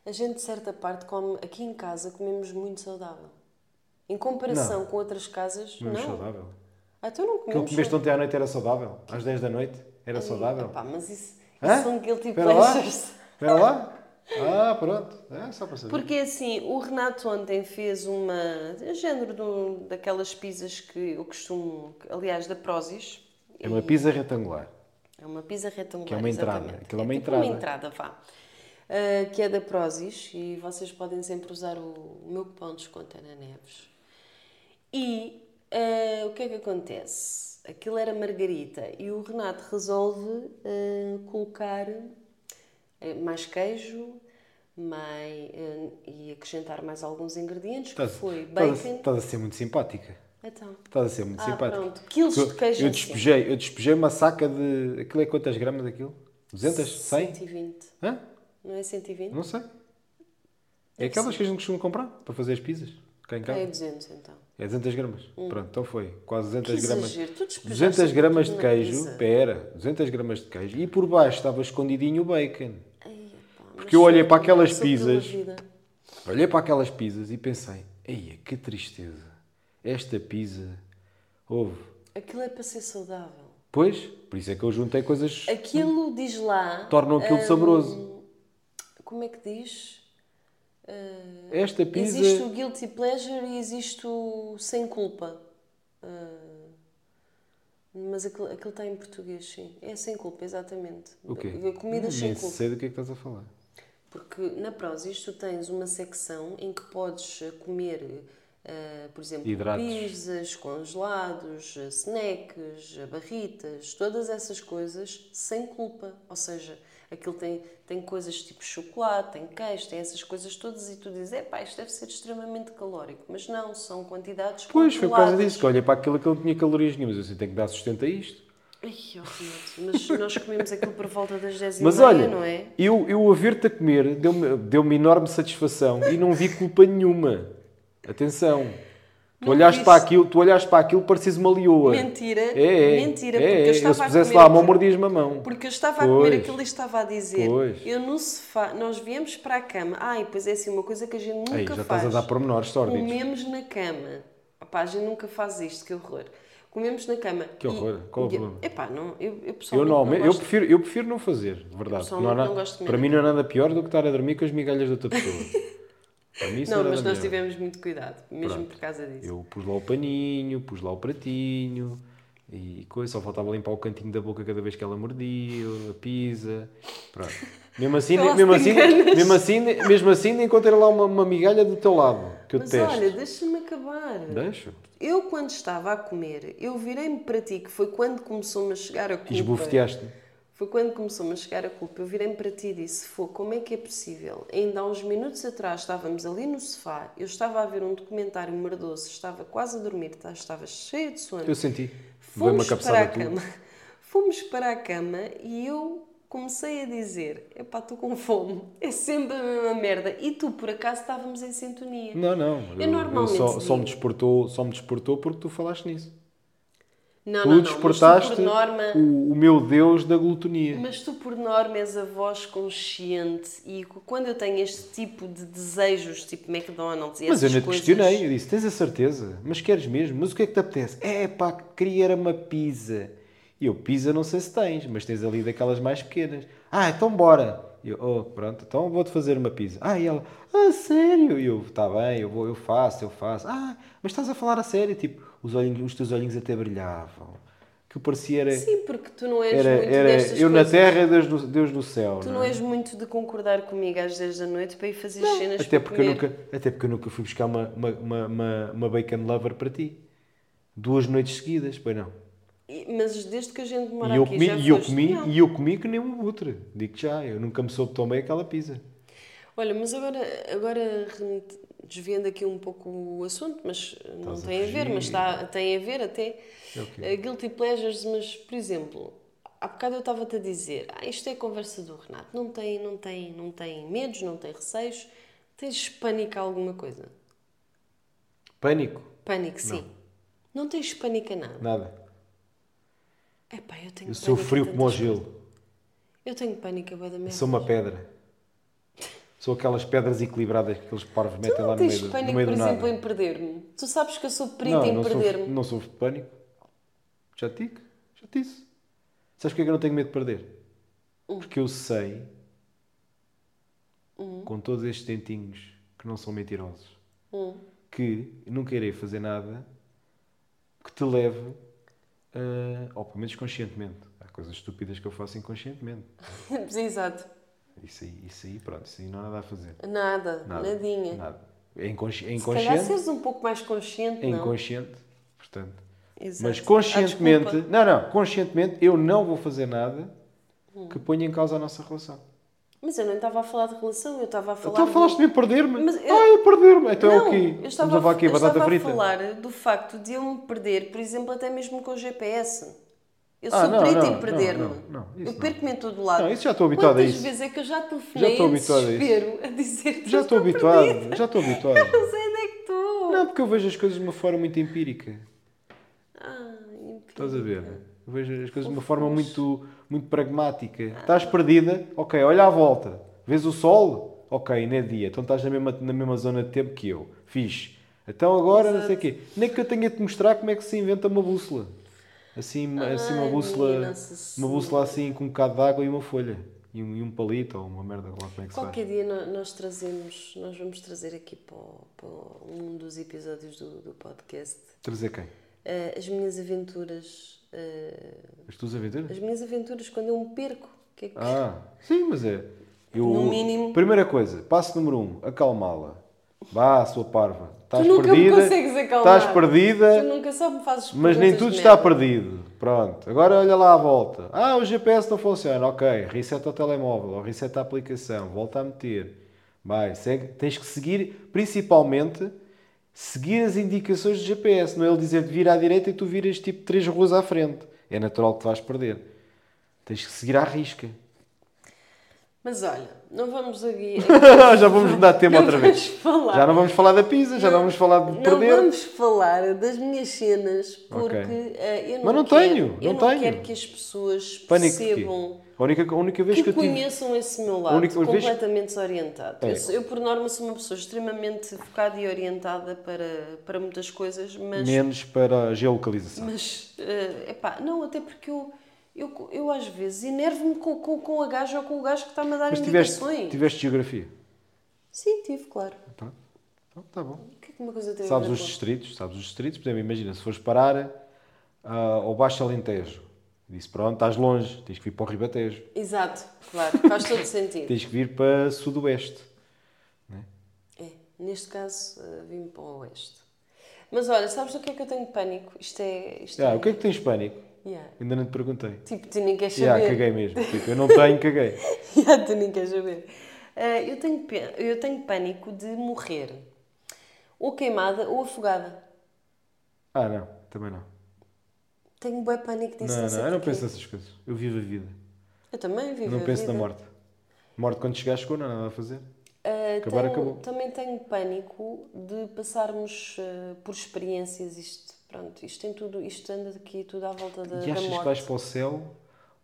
S1: A gente, de certa parte, come aqui em casa, comemos muito saudável. Em comparação com outras casas,
S2: Mesmo
S1: não.
S2: é saudável.
S1: Ah, tu não
S2: Aquilo
S1: comemos
S2: que comeste ontem à noite era saudável? Às 10 da noite? Era saudável?
S1: Epá, mas isso,
S2: Hã?
S1: isso são guilty
S2: Espera lá.
S1: pleasures.
S2: Espera lá. Ah, pronto. É, só para saber.
S1: Porque assim, o Renato ontem fez uma. um género de um- daquelas pizzas que eu costumo. Aliás, da Prozis.
S2: É uma pizza retangular.
S1: É uma pizza retangular.
S2: Que é uma entrada.
S1: exatamente.
S2: Aquilo é uma
S1: tipo
S2: entrada.
S1: entrada, vá. Ah, que é da Prozis e vocês podem sempre usar o, o meu cupom de desconto Ana Neves. E ah, o que é que acontece? Aquilo era margarita e o Renato resolve ah, colocar eh, mais queijo mais, ah, e acrescentar mais alguns ingredientes,
S2: Tá-
S1: que foi
S2: estás, a,
S1: bacon.
S2: estás a ser muito simpática.
S1: Então,
S2: Estás a ser muito
S1: Ah,
S2: simpática.
S1: pronto. Quilos de queijo
S2: Eu, eu
S1: em cima.
S2: despejei, eu despejei uma saca de. Aquilo é quantas gramas daquilo? 200? 100?
S1: 120.
S2: Hã?
S1: Não é 120?
S2: tá- Não sei. É aquelas que a gente costuma comprar para fazer as pizzas. Cá em casa.
S1: É
S2: É,
S1: 200 então.
S2: 200 gramas. Pronto, então foi. Quase
S1: Hum. Que
S2: 200 gramas.
S1: exagero, tu despejaste
S2: 200 gramas
S1: tudo
S2: de
S1: na
S2: queijo.
S1: pizza.
S2: Pera, 200 gramas de queijo. E por baixo estava escondidinho o bacon.
S1: Ai, epá, mas
S2: Porque eu olhei
S1: sou-
S2: para aquelas
S1: sou é pela
S2: pizzas.
S1: vida.
S2: Olhei para aquelas pizzas e pensei: Eia, que tristeza. Esta pizza. Houve.
S1: Aquilo é para ser saudável.
S2: Pois, por isso é que eu juntei coisas que
S1: Aquilo diz lá.
S2: tornam aquilo
S1: hum,
S2: saboroso.
S1: Como é que diz?
S2: Esta pizza.
S1: Existe o guilty pleasure e existe o sem culpa. Ah, mas aquilo, aquilo está em português, sim. É sem culpa, exatamente.
S2: O quê?
S1: um A Comida sem
S2: Nem
S1: culpa.
S2: sei do que é que estás a falar.
S1: Porque na Prozis tu tens uma secção em que podes eh, comer, eh, por exemplo,
S2: Hidratos.
S1: pizzas, congelados, eh, snacks, eh, barritas, todas essas coisas sem culpa. Ou seja, aquilo tem, tem coisas tipo chocolate, tem queijo, tem essas coisas todas e tu dizes, epá, isto deve ser extremamente calórico. Mas não, são quantidades
S2: Pois, foi por causa
S1: controladas.
S2: disso que olhei para aquilo que não tinha calorias nenhumas. Eu assim, tenho que dar sustento a isto.
S1: Ai, oh, Renato, mas nós comemos aquilo por volta das 10
S2: Mas
S1: e meia,
S2: olha,
S1: não é?
S2: eu, eu a ver-te a comer deu-me deu enorme satisfação e não vi culpa nenhuma. Atenção. Tu
S1: Não
S2: olhaste,
S1: viste.
S2: para aquilo, tu olhaste para aquilo, pareces uma leoa.
S1: Mentira,
S2: É, é,
S1: mentira,
S2: é,
S1: porque eu
S2: é.
S1: estava
S2: se
S1: a
S2: pusesse
S1: comer um
S2: lá a mão,
S1: aquilo.
S2: mordias-me a mão.
S1: Porque eu estava a
S2: Pois.
S1: comer aquilo e estava a dizer.
S2: Pois.
S1: Eu no sofá, nós viemos para a cama. Ai, pois é assim, uma coisa que a gente nunca
S2: Aí, já
S1: faz.
S2: estás a dar pormenores sórdidos.
S1: Comemos na cama. Opá, a gente nunca faz isto, que horror. Comemos na cama.
S2: Que horror, qual é o
S1: e-
S2: problema?
S1: Epá, não, eu, eu
S2: Eu,
S1: pessoalmente
S2: não,
S1: não
S2: eu,
S1: gosto.
S2: prefiro, eu prefiro não fazer, de verdade.
S1: pessoalmente
S2: Não há nada-
S1: não gosto de comer
S2: para mim não é nada pior do que estar a dormir com as migalhas de outra pessoa. para mim isso
S1: Não,
S2: é
S1: mas
S2: nada
S1: nós
S2: melhor.
S1: tivemos muito cuidado, mesmo por causa disso.
S2: Eu pus lá o paninho, pus lá o pratinho e coisa, só faltava limpar o cantinho da boca cada vez que ela mordia, a pizza. Pronto. Mesmo assim,
S1: Ela se
S2: mesmo assim,
S1: enganas.
S2: mesmo assim, mesmo assim ainda encontrei lá uma, uma migalha do teu lado que eu
S1: mas
S2: detesto.
S1: olha, deixa-me acabar.
S2: Deixa.
S1: Eu, quando estava a comer, eu virei-me para ti, que foi quando começou-me a chegar a culpa.
S2: E esbofeteaste-me.
S1: Foi quando começou-me a chegar a culpa. Eu virei-me para ti e disse: Fô, como é que é possível? Ainda há uns minutos atrás estávamos ali no sofá, eu estava a ver um documentário merdoso, estava quase a dormir, tá- estava cheia de sono.
S2: Eu senti. Dei uma
S1: Fomos para
S2: cabeçada
S1: a
S2: tu.
S1: cama. Fomos para a cama e eu comecei a dizer: Epá, estou com fome, é sempre a mesma merda. E tu, por acaso, estávamos em sintonia.
S2: Não, não.
S1: Eu normalmente
S2: só, só me
S1: digo.
S2: despertou, só me despertou porque tu falaste nisso.
S1: Não,
S2: tu
S1: não, não, mas tu, por
S2: despertaste
S1: norma-
S2: o, o meu Deus da glutonia.
S1: Mas tu, por norma, és a voz consciente e quando eu tenho este tipo de desejos, tipo McDonald's e
S2: Mas eu
S1: essas
S2: não te
S1: coisas...
S2: questionei, eu disse: tens a certeza? Mas queres mesmo? Mas o que é que te apetece? É pá, queria era uma pizza. E eu, pizza não sei se tens, mas tens ali daquelas mais pequenas. Ah, então bora. E Eu, oh, pronto, então vou-te fazer uma pizza. Ah, e ela, ah, sério? E eu, tá bem, eu, vou, eu faço, eu faço. Ah, mas estás a falar a sério? Tipo, os, olhinhos, os teus olhinhos até brilhavam. que parecia era,
S1: Sim, porque tu não és
S2: era,
S1: muito
S2: era
S1: destas
S2: eu na
S1: coisas.
S2: terra e Deus no, Deus no céu.
S1: Tu
S2: não
S1: não
S2: é?
S1: és muito de concordar comigo às 10 da noite para ir fazer cenas
S2: até
S1: para
S2: porque, eu
S1: comer.
S2: nunca, até porque eu nunca fui buscar uma, uma, uma, uma, uma bacon lover para ti. Duas noites seguidas, pois não.
S1: E- Mas desde que a gente mora
S2: E eu
S1: aqui
S2: comi,
S1: Um já
S2: e eu
S1: foste?
S2: comi,
S1: Não.
S2: e eu comi que nem um butre. Digo já, eu nunca me soube tão bem aquela pizza.
S1: Olha, mas agora, agora remete- desviando aqui um pouco o assunto, mas eh, não
S2: Estás a
S1: tem a, ver,
S2: fugir.
S1: mas está, tem a ver até.
S2: É o quê?
S1: Eh, guilty pleasures, mas por exemplo, há bocado eu estava-te a dizer, ah, isto é a conversa do Renato, não tem, não tem, não tem medos, não tem receios, tens pânico a alguma coisa?
S2: Pânico?
S1: Pânico, sim. Não, tens pânico a nada.
S2: Nada.
S1: Epá, eu tenho
S2: Eu sou
S1: É pânico a
S2: frio como o
S1: tantas
S2: gelo.
S1: Eu tenho pânico a bué da merda.
S2: Sou uma pedra. Sou aquelas pedras equilibradas que aqueles parvos
S1: Tu
S2: metem
S1: não
S2: lá no
S1: tens
S2: meio, do-
S1: pânico,
S2: no meio
S1: por
S2: do
S1: exemplo,
S2: nada.
S1: em perder-me. Tu sabes que eu sou perita
S2: Não,
S1: em
S2: não sofro,
S1: perder-me.
S2: não sofro de pânico. Já te digo, já te disse. Sabes porque é que eu não tenho medo de perder?
S1: Hum.
S2: Porque eu sei, com todos estes tentinhos que não são mentirosos,
S1: Hum.
S2: que nunca irei fazer nada que te leve, ah, ou pelo menos conscientemente. Há coisas estúpidas que eu faço inconscientemente.
S1: Exato.
S2: Isso aí, isso aí, pronto, isso aí não há nada a fazer.
S1: Nada,
S2: Nada,
S1: nadinha.
S2: Nada. É, inconsci- é
S1: Se calhar
S2: inconsciente.
S1: seres um pouco mais consciente,
S2: É
S1: não?
S2: inconsciente, portanto.
S1: Exato.
S2: Mas
S1: Ah,
S2: conscientemente,
S1: desculpa.
S2: não, não, conscientemente eu não vou fazer nada que ponha em causa a nossa relação.
S1: Mas eu não estava a falar de relação, eu estava a falar.
S2: Então
S1: do-
S2: falaste-me em perder-me.
S1: Mas eu-
S2: Ah, eu perder-me. Então é
S1: não,
S2: o quê?
S1: Eu
S2: Estamos
S1: estava
S2: a falar aqui,
S1: eu
S2: batata
S1: estava
S2: frita.
S1: a falar do facto de eu me perder, por exemplo, até mesmo com o GPS. Eu sou
S2: Ah, não,
S1: perita
S2: não,
S1: em perder-me.
S2: não, não, não, isso
S1: eu
S2: não.
S1: perco-me em todo lado.
S2: Não, isso já estou habituado a
S1: Quantas
S2: isso.
S1: vezes é que eu já telefonei
S2: estou
S1: em
S2: habituado a isso.
S1: desespero a dizer
S2: Já estou habituado, já estou
S1: Eu
S2: habituado.
S1: não sei onde é que estou.
S2: Não, porque eu vejo as coisas de uma forma muito empírica.
S1: Ah, incrível.
S2: Estás a ver?
S1: É.
S2: Eu vejo as coisas de uma forma muito, muito pragmática.
S1: Ah.
S2: Estás perdida? Ok, olha à volta. Vês o sol? Ok, ainda é dia. Então estás na mesma, na mesma zona de tempo que eu. Fiz. Então agora, não sei o quê. Nem que eu tenha de te mostrar como é que se inventa uma bússola. Assim, assim
S1: Ai,
S2: uma
S1: minha
S2: bússola.
S1: Nossa
S2: Uma bússola assim com um bocado de água e uma folha. E um, e um palito ou uma merda, lá como é que se faz.
S1: Qualquer dia nó- nós trazemos, nós vamos trazer aqui para, o- para o- um dos episódios do, do podcast
S2: Trazer quem?
S1: eh, as minhas aventuras, eh,
S2: As tuas aventuras?
S1: as minhas aventuras quando eu me perco. Que é que-
S2: Ah, sim, mas é. Eu,
S1: No mínimo.
S2: Primeira coisa, passo número um, acalmá-la. Vá, sua parva. Estás
S1: nunca me
S2: perdida.
S1: consegues acalmar.
S2: Estás perdida,
S1: Tu nunca só me fazes
S2: mas nem
S1: perguntas
S2: tudo
S1: de
S2: está
S1: merda.
S2: perdido. Pronto, agora olha lá à volta. Ah, o GPS não funciona. Ok, reseta o telemóvel, ou reseta a aplicação, volta a meter. Vai, segue. Tens que seguir, principalmente, seguir as indicações do GPS. Não é ele dizer-te vira à direita e tu viras tipo três ruas à frente. É natural que te vais perder. Tens que seguir à risca.
S1: Mas olha, não vamos aqui.
S2: já vamos mudar de tema
S1: Não
S2: outra
S1: vamos
S2: vez.
S1: falar.
S2: Já não vamos falar da pizza, já não vamos falar de
S1: Não
S2: perder.
S1: vamos falar das minhas cenas porque eh, eu não,
S2: Mas não
S1: quero,
S2: tenho,
S1: eu
S2: não
S1: não
S2: tenho.
S1: quero que as pessoas
S2: Pânico de quê?
S1: percebam.
S2: A única, a única vez
S1: que,
S2: que, eu tive.
S1: conheçam esse meu lado,
S2: única vez-
S1: completamente desorientado.
S2: É.
S1: Eu, sou- eu, por norma, sou uma pessoa extremamente focada e orientada para, para muitas coisas, mas.
S2: Menos para a geolocalização.
S1: mas eh, epá, não, até porque eu, eu, eu às vezes enervo-me com, com, com a gaja ou com o gajo que está-me a dar
S2: Mas tiveste,
S1: indicações.
S2: tiveste geografia.
S1: Sim, tive, claro.
S2: Tá, Tá- tá bom.
S1: O que é que uma coisa tem
S2: Sabes
S1: a ver
S2: os distritos, sabes os distritos. Por exemplo, imagina, se fores parar ah, ao Baixo Alentejo, disse pronto, estás longe, tens que vir para o Ribatejo,
S1: com... Exato, claro, faz todo sentido.
S2: tens que vir para Sudoeste.
S1: É, neste caso, eh, vim para o Oeste. Mas olha, sabes do que é que eu tenho pânico? Isto é. Isto
S2: Ah, o que é que tens pânico?
S1: Yeah.
S2: Ainda não te perguntei.
S1: Tipo, tu nem queres
S2: Já,
S1: saber.
S2: caguei mesmo. Tipo, eu não tenho, caguei.
S1: Ya, tu nem queres saber. Ah, eu, tenho, pe- eu tenho pânico de morrer ou queimada ou afogada.
S2: Ah, não, também não.
S1: Tenho bué pânico disso.
S2: Não,
S1: sei
S2: não, eu não
S1: porquê.
S2: penso nessas coisas. Eu vivo a vida.
S1: Eu também vivo
S2: não
S1: a
S2: penso
S1: vida.
S2: na morte. Morte quando chegar, chegou, não há nada a fazer.
S1: Ah,
S2: Acabar,
S1: tenho-
S2: acabou.
S1: Também tenho pânico de passarmos ah, por experiências. Isto, pronto, isto tem tudo, isto anda aqui tudo à volta da,
S2: e
S1: da
S2: achas que
S1: morte.
S2: vais para o céu?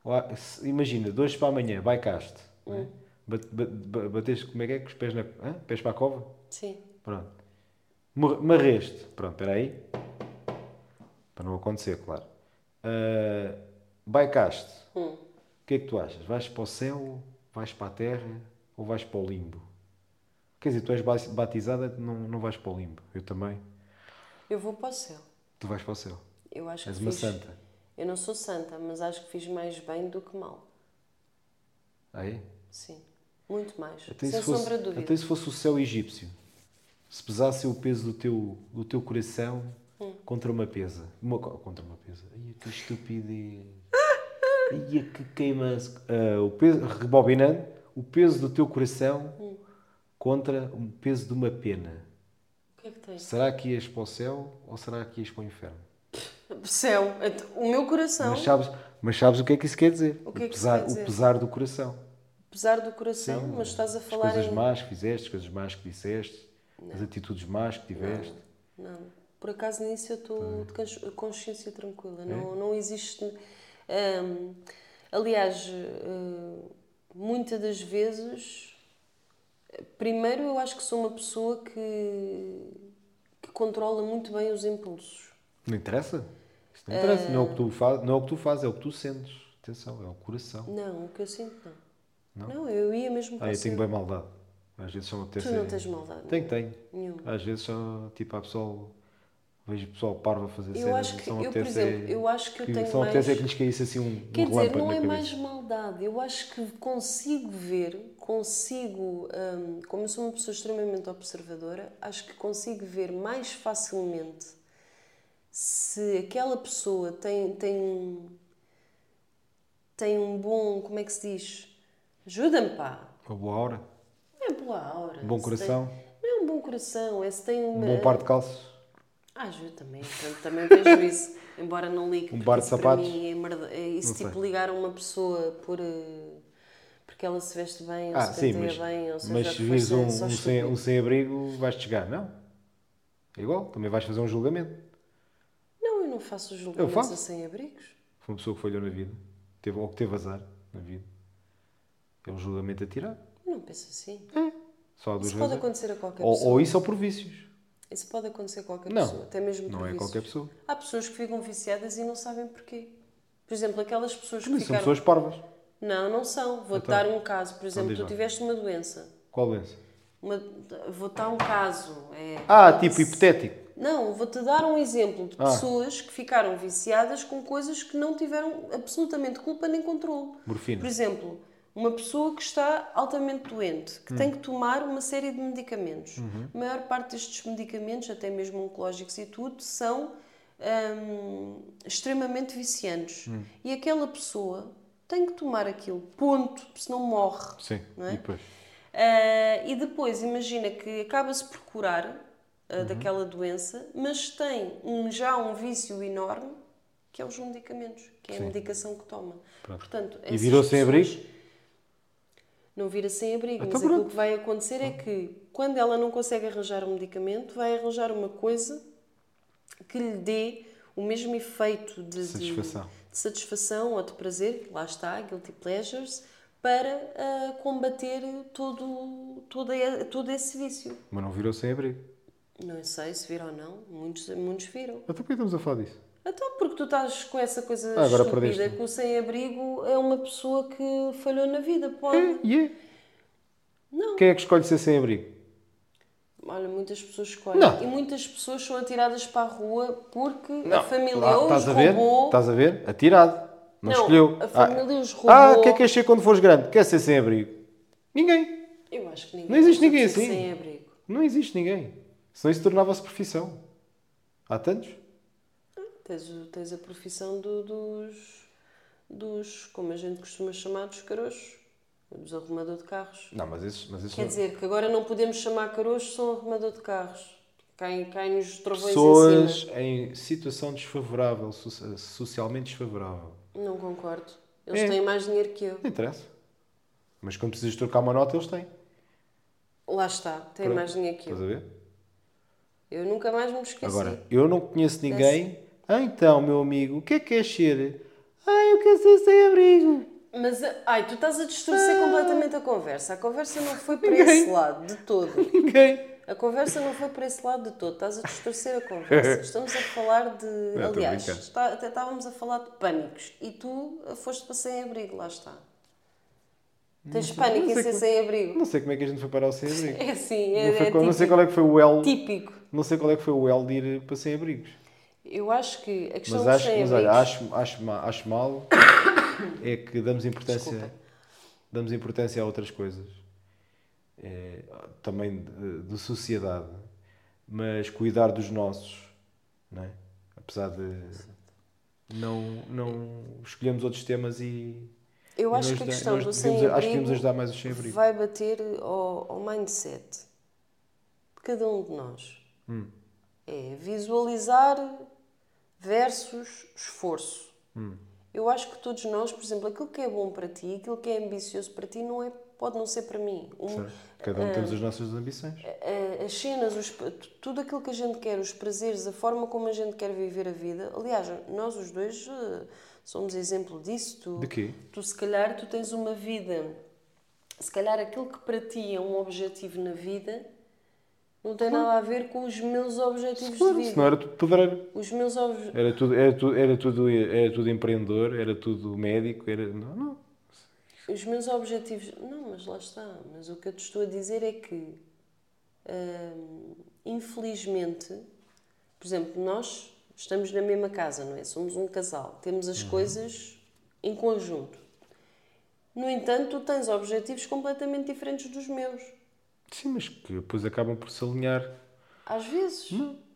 S2: Ou há- se- imagina, dois para amanhã, baicaste. Né?
S1: Hum.
S2: Bat- bat- ba- Bateste, como é que é? Com os pés, na, hã? pés para a cova?
S1: Sim.
S2: Pronto. Mor- Marreste. Pronto, espera aí. Para não acontecer, claro. Ah, baicaste.
S1: Hum.
S2: O que é que tu achas? Vais para o céu? Vais para a terra? Ou vais para o limbo? Quer dizer, tu és ba- batizada, não, não vais para o limbo. Eu também.
S1: Eu vou para o céu.
S2: Tu vais para o céu.
S1: Eu acho
S2: És
S1: que
S2: uma
S1: fiz-
S2: santa.
S1: Eu não sou santa, mas acho que fiz mais bem do que mal.
S2: Aí?
S1: Sim. Muito mais.
S2: Até
S1: Sem
S2: se, fosse,
S1: sombra de dúvida.
S2: até se fosse o céu egípcio, se pesasse o peso do teu, do teu coração
S1: Hum.
S2: contra uma pesa. Uma, co- contra uma pesa. Ai, que estupidez. Ai, é que queimasse. Ah, o peso, rebobinando, o peso do teu coração
S1: Hum.
S2: contra o peso de uma pena.
S1: O que é que tens?
S2: Será que ias para o céu ou será que ias para o inferno?
S1: Céu. O meu coração,
S2: Mas sabes, mas sabes o que é que isso quer dizer?
S1: O que é que isso
S2: pesar,
S1: quer dizer?
S2: o pesar do coração.
S1: apesar do coração,
S2: Sim,
S1: mas estás a
S2: as
S1: falar
S2: coisas
S1: em...
S2: más que fizeste, as coisas más que disseste, as atitudes más que tiveste.
S1: Não. Por acaso nisso eu estou de cons- consciência tranquila.
S2: É?
S1: Não, não existe. hum, aliás, hum, muitas das vezes. Primeiro, eu acho que sou uma pessoa que, que controla muito bem os impulsos.
S2: Não interessa. Isso
S1: Eh,
S2: não interessa. Não, é o que tu faz, não é o que tu fazes, é o que tu sentes. Atenção, é o coração.
S1: Não, o que eu sinto, não. Não, eu ia mesmo para
S2: Ah,
S1: o
S2: eu tenho
S1: céu.
S2: bem maldade. Às vezes só me apetece.
S1: Tu não tens maldade.
S2: Tenho, tenho.
S1: Nenhuma.
S2: Às vezes só, tipo, há pessoal. Vejo pessoal parvo a fazer
S1: Eu
S2: cenas
S1: acho
S2: e
S1: que-
S2: só me
S1: eu, por
S2: apetece
S1: exemplo,
S2: é-
S1: eu acho que eu tenho
S2: Só me apetece é
S1: mais-
S2: que lhes caísse assim um,
S1: Quer
S2: um
S1: dizer,
S2: relâmpago
S1: não
S2: na
S1: é
S2: cabeça.
S1: mais maldade. Eu acho que consigo ver, consigo, hum, como eu sou uma pessoa extremamente observadora, acho que consigo ver mais facilmente se aquela pessoa tem, tem, um- tem um bom. Como é que se diz? Ajuda-me, pá!
S2: Uma boa hora,
S1: Não é boa aura.
S2: um bom
S1: se
S2: coração,
S1: tem- não é um bom coração, é se tem uma.
S2: um bom par de calços.
S1: Ah, eu também, portanto, também vejo isso. Embora não ligue.
S2: Um
S1: porque
S2: par de
S1: isso para
S2: sapatos?
S1: mim é merda- é Isso
S2: Não
S1: tipo
S2: sei.
S1: ligar a uma pessoa por. eh, Porque ela se veste bem, ou
S2: Ah,
S1: se
S2: sim,
S1: penteia
S2: mas,
S1: bem, ou seja,
S2: mas
S1: o
S2: se
S1: que
S2: vires
S1: for,
S2: um,
S1: é só
S2: um sem,
S1: estúpido.
S2: um sem abrigo, vais-te chegar, não? É igual, também vais fazer um julgamento.
S1: Não, eu não faço os julgamentos
S2: faço.
S1: a sem-abrigos.
S2: Foi uma pessoa que falhou na vida, teve, um ou que teve azar na vida. É um julgamento a tirar.
S1: Eu não penso assim.
S2: Só há duas
S1: Isso pode
S2: razões.
S1: acontecer a qualquer
S2: Ou,
S1: pessoa.
S2: ou isso ou por vícios.
S1: Isso pode acontecer a qualquer
S2: Não,
S1: pessoa, até mesmo
S2: não
S1: por
S2: é
S1: vícios.
S2: qualquer pessoa.
S1: Há pessoas que ficam viciadas e não sabem porquê. Por exemplo, aquelas pessoas que
S2: Mas são
S1: ficaram.
S2: pessoas parvas.
S1: Não, não são. Vou-te
S2: Então.
S1: dar um caso. Por exemplo,
S2: diz
S1: tu
S2: lá.
S1: tiveste uma doença.
S2: Qual doença?
S1: Uma... Vou-te dar um caso. É...
S2: Ah, tipo hipotético.
S1: Não, vou-te dar um exemplo de
S2: Ah.
S1: pessoas que ficaram viciadas com coisas que não tiveram absolutamente culpa nem controle.
S2: Morfina.
S1: Por exemplo, uma pessoa que está altamente doente, que tem que tomar uma série de medicamentos. A maior parte destes medicamentos, até mesmo oncológicos e tudo, são hum, extremamente viciantes. E aquela pessoa tem que tomar aquilo, ponto, senão morre.
S2: Sim,
S1: Não é?
S2: e depois.
S1: Ah, e depois, imagina que acaba-se por curar ah,
S2: Uhum.
S1: daquela doença, mas tem um- já um vício enorme que é os medicamentos, que é a
S2: Sim.
S1: medicação que toma. Portanto,
S2: E
S1: essas
S2: virou sem
S1: pessoas-
S2: abrigo?
S1: Não vira sem abrigo,
S2: Então
S1: mas aquilo
S2: pronto.
S1: que vai acontecer é que quando ela não consegue arranjar um medicamento, vai arranjar uma coisa que lhe dê o mesmo efeito de, de-
S2: Satisfação.
S1: de satisfação ou de prazer, lá está, guilty pleasures, para ah, combater todo, todo, e- todo esse vício.
S2: Mas não virou sem abrigo.
S1: Não sei se viram ou não, muitos, muitos viram.
S2: Até porque estamos a falar disso?
S1: Então, porque tu estás com essa coisa
S2: Ah, agora
S1: estúpida
S2: perdeste-me.
S1: que o sem-abrigo é uma pessoa que falhou na vida, pode.
S2: É, e é.
S1: Não.
S2: Quem é que escolhe ser sem abrigo?
S1: Olha, muitas pessoas escolhem.
S2: Não.
S1: E muitas pessoas são atiradas para a rua porque a família
S2: Lá,
S1: ou os
S2: estás a ver?
S1: roubou.
S2: Estás a ver? Atirado. Não,
S1: Não,
S2: escolheu.
S1: a família os roubou.
S2: Ah, o que é que queres ser quando fores grande? Quer ser sem abrigo? Ninguém.
S1: Eu acho que ninguém
S2: Não existe
S1: gosta de
S2: ninguém
S1: ser
S2: assim.
S1: sem-abrigo.
S2: Não existe ninguém. Senão isso tornava-se profissão. Há tantos.
S1: Tens, o- tens a profissão do- dos, dos, como a gente costuma chamar, dos carochos. Dos arrumador de carros.
S2: Não, mas esses, mas esses
S1: Quer
S2: não-
S1: dizer, que agora não podemos chamar carochos, são arrumador de carros. Caem, caem nos trovões em
S2: pessoas
S1: cima.
S2: em situação desfavorável, so- socialmente desfavorável.
S1: Não concordo. Eles
S2: É.
S1: têm mais dinheiro que eu.
S2: Não interessa. Mas quando precisas trocar uma nota, eles têm.
S1: Lá está, têm
S2: Pronto.
S1: mais dinheiro que
S2: Estás
S1: eu.
S2: a ver?
S1: Eu nunca mais me esqueci.
S2: Agora, eu não conheço ninguém. Ah, então, meu amigo, o que é que queres ser? Ah, eu quero ser sem abrigo.
S1: Mas, a- ai, tu estás a distorcer completamente a conversa. A conversa não foi para esse lado de todo.
S2: Ninguém.
S1: A conversa não foi para esse lado de todo. Estás a distorcer a conversa. Estamos a falar de.
S2: estou a
S1: Aliás,
S2: brincar.
S1: está- até estávamos a falar de pânicos e tu eh, foste para sem-abrigo, lá está. Tens pânico
S2: não
S1: em
S2: sei
S1: ser
S2: como-
S1: sem-abrigo.
S2: Não sei como é que a gente foi parar ao sem abrigo.
S1: É assim,
S2: Não,
S1: é, tipo
S2: foi
S1: é
S2: qual- não sei
S1: típico.
S2: qual é que foi o L.
S1: típico.
S2: Não sei qual é que foi o L de ir para sem abrigos.
S1: Eu acho que a questão
S2: Mas,
S1: dos
S2: acho, mas olha,
S1: sem-abrigos.
S2: acho, acho, ma- acho mal é que damos importância,
S1: Desculpa.
S2: damos importância a outras coisas, eh, também de, de sociedade, mas cuidar dos nossos, não é? apesar de não, não escolhemos outros temas e.
S1: Eu
S2: e
S1: acho
S2: nós
S1: que a
S2: da-
S1: questão
S2: nós
S1: do
S2: devíamos- Acho que é devíamos
S1: sem-abrigo
S2: ajudar mais os sem-abrigo.
S1: vai bater ao, ao mindset de cada um de nós.
S2: Hum.
S1: É visualizar versus esforço.
S2: Hum.
S1: Eu acho que todos nós, por exemplo, aquilo que é bom para ti, aquilo que é ambicioso para ti, não é, pode não ser para mim. Um-
S2: Certo? Cada um temos as nossas ambições.
S1: a- as cenas, os- tudo aquilo que a gente quer, os prazeres, a forma como a gente quer viver a vida. Aliás, nós os dois eh, somos exemplo disso. Tu,
S2: De quê?
S1: Tu, se calhar, tu tens uma vida. Se calhar, aquilo que para ti é um objetivo na vida não tem nada a ver com os meus objetivos de
S2: Se
S1: vida.
S2: não é- era tudo pedreiro.
S1: Os meus objetivos.
S2: Era tudo, era tudo, era tudo, era tudo empreendedor, era tudo médico, era. Não, não.
S1: Os meus objetivos. Não, mas lá está. Mas o que eu te estou a dizer é que, hum, infelizmente, por exemplo, nós estamos na mesma casa, não é? Somos um casal, temos
S2: Uhum.
S1: as coisas em conjunto. No entanto, tu tens objetivos completamente diferentes dos meus.
S2: Sim, mas que depois acabam por se alinhar.
S1: Às vezes.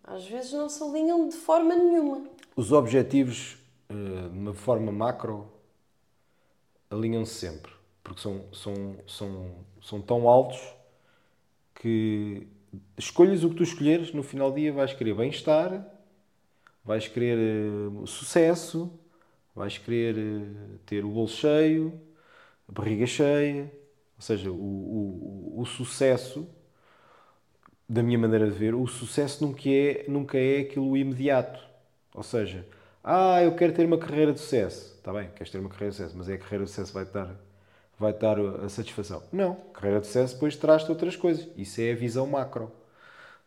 S1: Às vezes não se alinham de forma nenhuma.
S2: Os objetivos, eh, de uma forma macro, alinham-se sempre. Porque são, são, são, são tão altos que escolhas o que tu escolheres, no final do dia vais querer bem-estar, vais querer eh, sucesso, vais querer eh, ter o bolo cheio, a barriga cheia. Ou seja, o, o, o- o sucesso, da minha maneira de ver, o sucesso nunca é, nunca é aquilo imediato. Ou seja, ah, eu quero ter uma carreira de sucesso. Está bem, queres ter uma carreira de sucesso, mas é a carreira de sucesso que vai dar, vai dar uh, a satisfação. Não, carreira de sucesso depois traz-te outras coisas. Isso é a visão macro.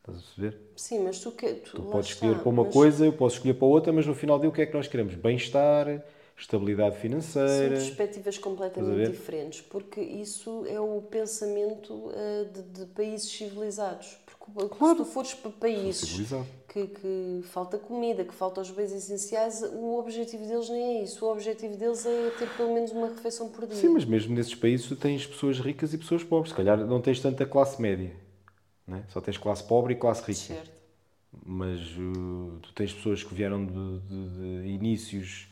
S2: Estás a perceber?
S1: Sim, mas tu que tu,
S2: Tu
S1: lá
S2: podes
S1: está,
S2: escolher para uma
S1: mas
S2: coisa, eu posso escolher para outra, mas no final do dia o que é que nós queremos? Bem-estar, estabilidade
S1: São
S2: financeira.
S1: perspectivas
S2: Estás a
S1: completamente
S2: ver?
S1: diferentes, porque isso é o pensamento eh, de, de países civilizados. Porque se tu fores para países
S2: civilizado.
S1: que, que falta comida, que falta os bens essenciais, o objetivo deles nem é isso. O objetivo deles é ter pelo menos uma refeição por dia.
S2: Sim, mas mesmo nesses países tu tens pessoas ricas e pessoas pobres. Se calhar não tens tanta classe média, né? só tens classe pobre e classe rica.
S1: Certo.
S2: Mas uh, tu tens pessoas que vieram de, de- de inícios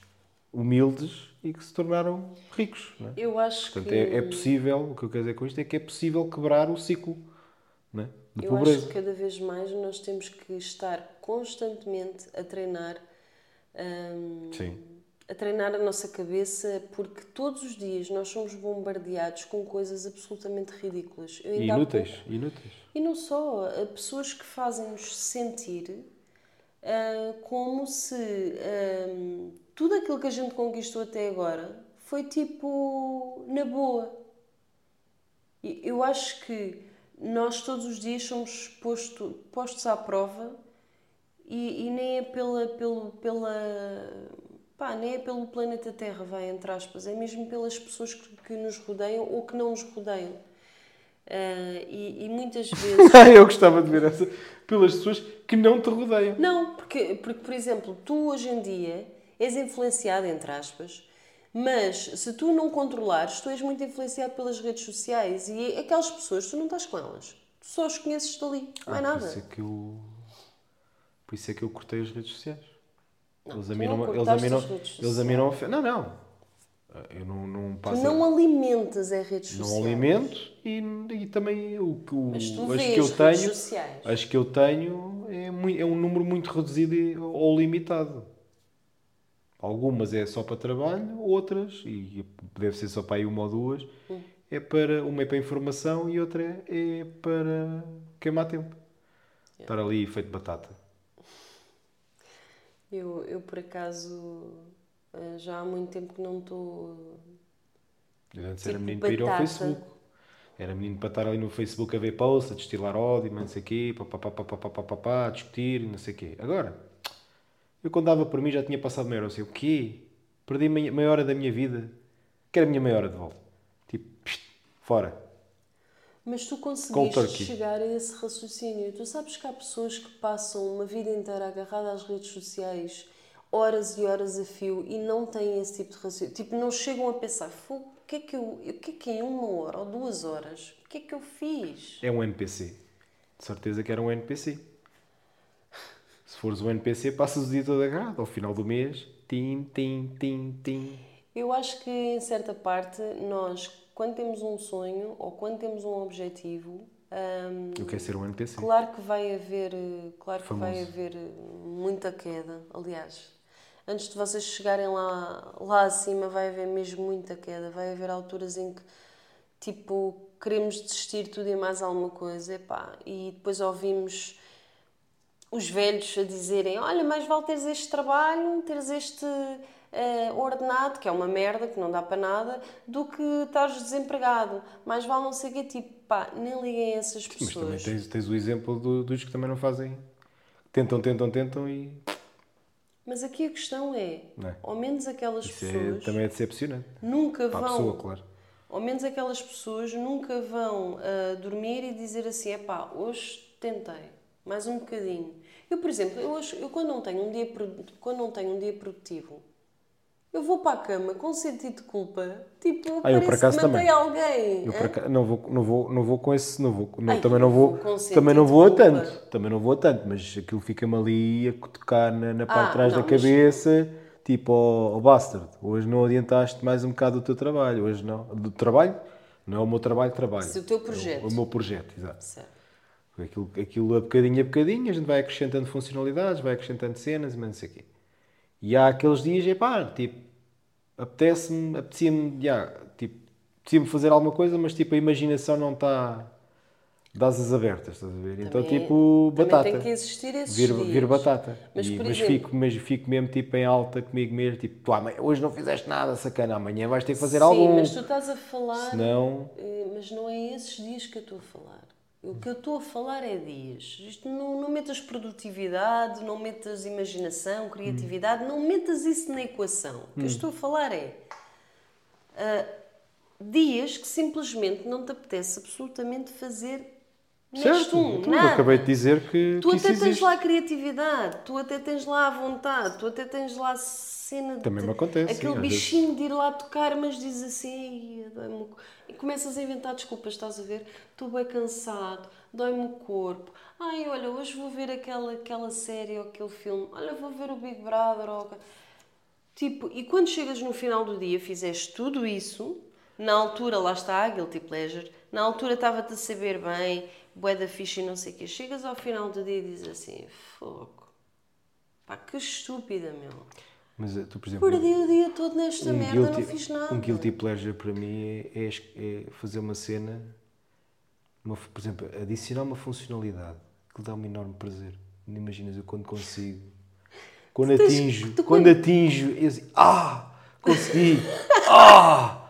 S2: humildes e que se tornaram ricos. Né?
S1: Eu acho
S2: Portanto,
S1: que.
S2: é, é possível, o que eu quero dizer com isto é que é possível quebrar o ciclo né? de
S1: Eu acho
S2: pobreza.
S1: que cada vez mais nós temos que estar constantemente a treinar, hum,
S2: Sim.
S1: a treinar a nossa cabeça, porque todos os dias nós somos bombardeados com coisas absolutamente ridículas. Eu
S2: E
S1: ainda há
S2: inúteis,
S1: pouco-
S2: inúteis.
S1: E não só, há pessoas que fazem-nos sentir ah, como se hum, tudo aquilo que a gente conquistou até agora foi tipo na boa. E Eu acho que nós todos os dias somos posto, postos à prova e, e nem é pela, pelo, pela pá, nem é pelo planeta Terra, vai entre aspas, é mesmo pelas pessoas que, que nos rodeiam ou que não nos rodeiam. Ah, e, e muitas vezes.
S2: eu gostava de ver essa pelas pessoas que não te rodeiam.
S1: não, porque, porque, por exemplo, tu hoje em dia és influenciado, entre aspas, mas se tu não controlares, tu és muito influenciado pelas redes sociais e aquelas pessoas, tu não estás com elas. Tu só os conheces dali, não é
S2: Por
S1: nada.
S2: isso é que eu, por isso é que eu cortei as redes sociais. eles a
S1: tu
S2: mim
S1: não
S2: não, eles a
S1: cortaste
S2: mim não,
S1: as redes
S2: eles a mim não, ofe- não, não. Eu não, não
S1: Tu
S2: passo.
S1: não alimentas as redes
S2: não
S1: sociais.
S2: alimento e, e também o que o,
S1: Mas tu
S2: as
S1: vês
S2: que eu
S1: redes
S2: tenho,
S1: sociais.
S2: as que eu tenho é, mui- é um número muito reduzido e- ou limitado. Algumas é só para trabalho, outras e deve ser só para aí uma ou duas.
S1: Hum.
S2: É para uma é para informação e outra é, é para queimar tempo. Estar ali feito batata.
S1: Eu, eu, por acaso, eh, já há muito tempo que não estou.
S2: Eu antes era
S1: Tipo
S2: menino para ir ao
S1: batata.
S2: Facebook. Era menino para estar ali no Facebook a ver posts, a destilar ódio, mas não sei o quê, pá, pá, pá, pá, pá, pá, pá, pá, pá, a discutir, não sei o quê. Agora, eu quando dava por mim já tinha passado meia hora. Eu sei o quê? Perdi meia, meia hora da minha vida. Quero a minha meia hora de volta. Tipo, pst, fora.
S1: Mas tu
S2: Cold
S1: conseguiste
S2: turkey.
S1: chegar a esse raciocínio. Tu sabes que há pessoas que passam uma vida inteira agarrada às redes sociais, horas e horas a fio, e não têm esse tipo de raciocínio. Tipo, não chegam a pensar, "Fogo, o que é que eu, o que é que em uma hora ou duas horas, o que é que eu fiz?
S2: É um NPC. De certeza que era um NPC. Se fores um NPC, passas o dia todo agarrado. Ao final do mês, tim, tim, tim, tim.
S1: Eu acho que em certa parte nós, quando temos um sonho ou quando temos um objetivo, hum,
S2: Eu quero ser um NPC.
S1: Claro que vai haver, eh, claro que vai
S2: Famoso.
S1: haver eh, muita queda. Aliás, antes de vocês chegarem lá, lá acima, vai haver mesmo muita queda. Vai haver alturas em que, tipo, queremos desistir de tudo e mais alguma coisa, epá, e depois ouvimos os velhos a dizerem: Olha, mais vale teres este trabalho, teres este eh, ordenado, que é uma merda, que não dá para nada, do que estares desempregado. Mais vale não sei o quê, tipo, pá, nem liguem a essas
S2: Mas
S1: pessoas.
S2: também tens, tens o exemplo do- dos que também não fazem. Tentam, tentam, tentam e.
S1: Mas aqui a questão é,
S2: Não é?
S1: ao menos aquelas
S2: Isso é,
S1: pessoas
S2: também é decepcionante.
S1: nunca
S2: Para a
S1: vão,
S2: pessoa, claro.
S1: ao menos aquelas pessoas nunca vão ah, dormir e dizer assim, epá, hoje tentei, mais um bocadinho. Eu, por exemplo, eu, hoje, eu quando, não tenho um dia, produ- quando não tenho um dia produtivo, eu vou para a cama com um sentido de culpa, tipo,
S2: Ah, eu Então, por
S1: parece
S2: acaso
S1: que matei
S2: também.
S1: alguém.
S2: Eu
S1: hã?
S2: por aca- não vou, não vou, não vou com esse, não vou, não,
S1: É? Ai,
S2: também não
S1: eu
S2: vou,
S1: vou com sentido
S2: também não vou a
S1: de culpa.
S2: tanto, também não vou a tanto, mas aquilo fica-me ali a tocar na, na parte de
S1: Ah,
S2: trás
S1: não,
S2: da
S1: mas-
S2: cabeça, tipo, ó oh, bastard, hoje não adiantaste mais um bocado o teu trabalho, hoje não, do trabalho, não é o meu trabalho, trabalho.
S1: Sim, o teu
S2: É
S1: projeto.
S2: o meu projeto, exato.
S1: Certo.
S2: Aquilo, aquilo a bocadinho a bocadinho, a gente vai acrescentando funcionalidades, vai acrescentando cenas e mais não sei o quê. E há aqueles dias, epá, tipo, apetece-me, apetecia-me, já, tipo, apetecia-me fazer alguma coisa, mas tipo, a imaginação não está das asas abertas, estás a ver? então,
S1: Também-
S2: tipo,
S1: também
S2: batata.
S1: tem que existir esses
S2: vir,
S1: dias.
S2: vir batata.
S1: Mas,
S2: E-
S1: por
S2: mas
S1: exemplo-
S2: fico, mas fico mesmo, tipo, em alta comigo mesmo, tipo, tu, amanhã, hoje não fizeste nada, sacana, amanhã vais ter que fazer
S1: Sim,
S2: algum.
S1: mas tu estás a falar...
S2: Senão,
S1: Eh, Mas não é esses dias que eu estou a falar. O que eu estou a falar é dias. Isto não, não metas produtividade, não metas imaginação, criatividade, não metas isso na equação. O que
S2: Hum.
S1: eu estou a falar é ah, dias que simplesmente não te apetece absolutamente fazer neste
S2: certo,
S1: um,
S2: tu,
S1: nada.
S2: acabei de dizer que,
S1: Tu
S2: que
S1: até
S2: isso
S1: tens
S2: existe.
S1: lá a criatividade, tu até tens lá a vontade, tu até tens lá a cena de.
S2: Também me acontece, sim,
S1: Aquele
S2: às vezes.
S1: bichinho de ir lá tocar, mas diz assim. "Ai, dói-me o co-" E começas a inventar desculpas, estás a ver? Estou bem cansado, dói-me o corpo. Ai, olha, hoje vou ver aquela, aquela série ou aquele filme. Olha, vou ver o Big Brother ou. Tipo, e quando chegas no final do dia, fizeste tudo isso, na altura, lá está a guilty pleasure, na altura estava-te a saber bem, bué da ficha e não sei o quê, chegas ao final do dia e dizes assim, foco, pá, que estúpida, meu.
S2: Mas eh, tu, por exemplo,
S1: Perdi o dia todo nesta merda, não fiz nada.
S2: um guilty pleasure para mim é, é es- é fazer uma cena, uma fu- por exemplo, adicionar uma funcionalidade que dá um enorme prazer. Não imaginas eu quando consigo, quando
S1: tens-
S2: atinjo,
S1: tu
S2: quando
S1: quando-
S2: atingo, atinjo, eu assim, ah, consegui, ah,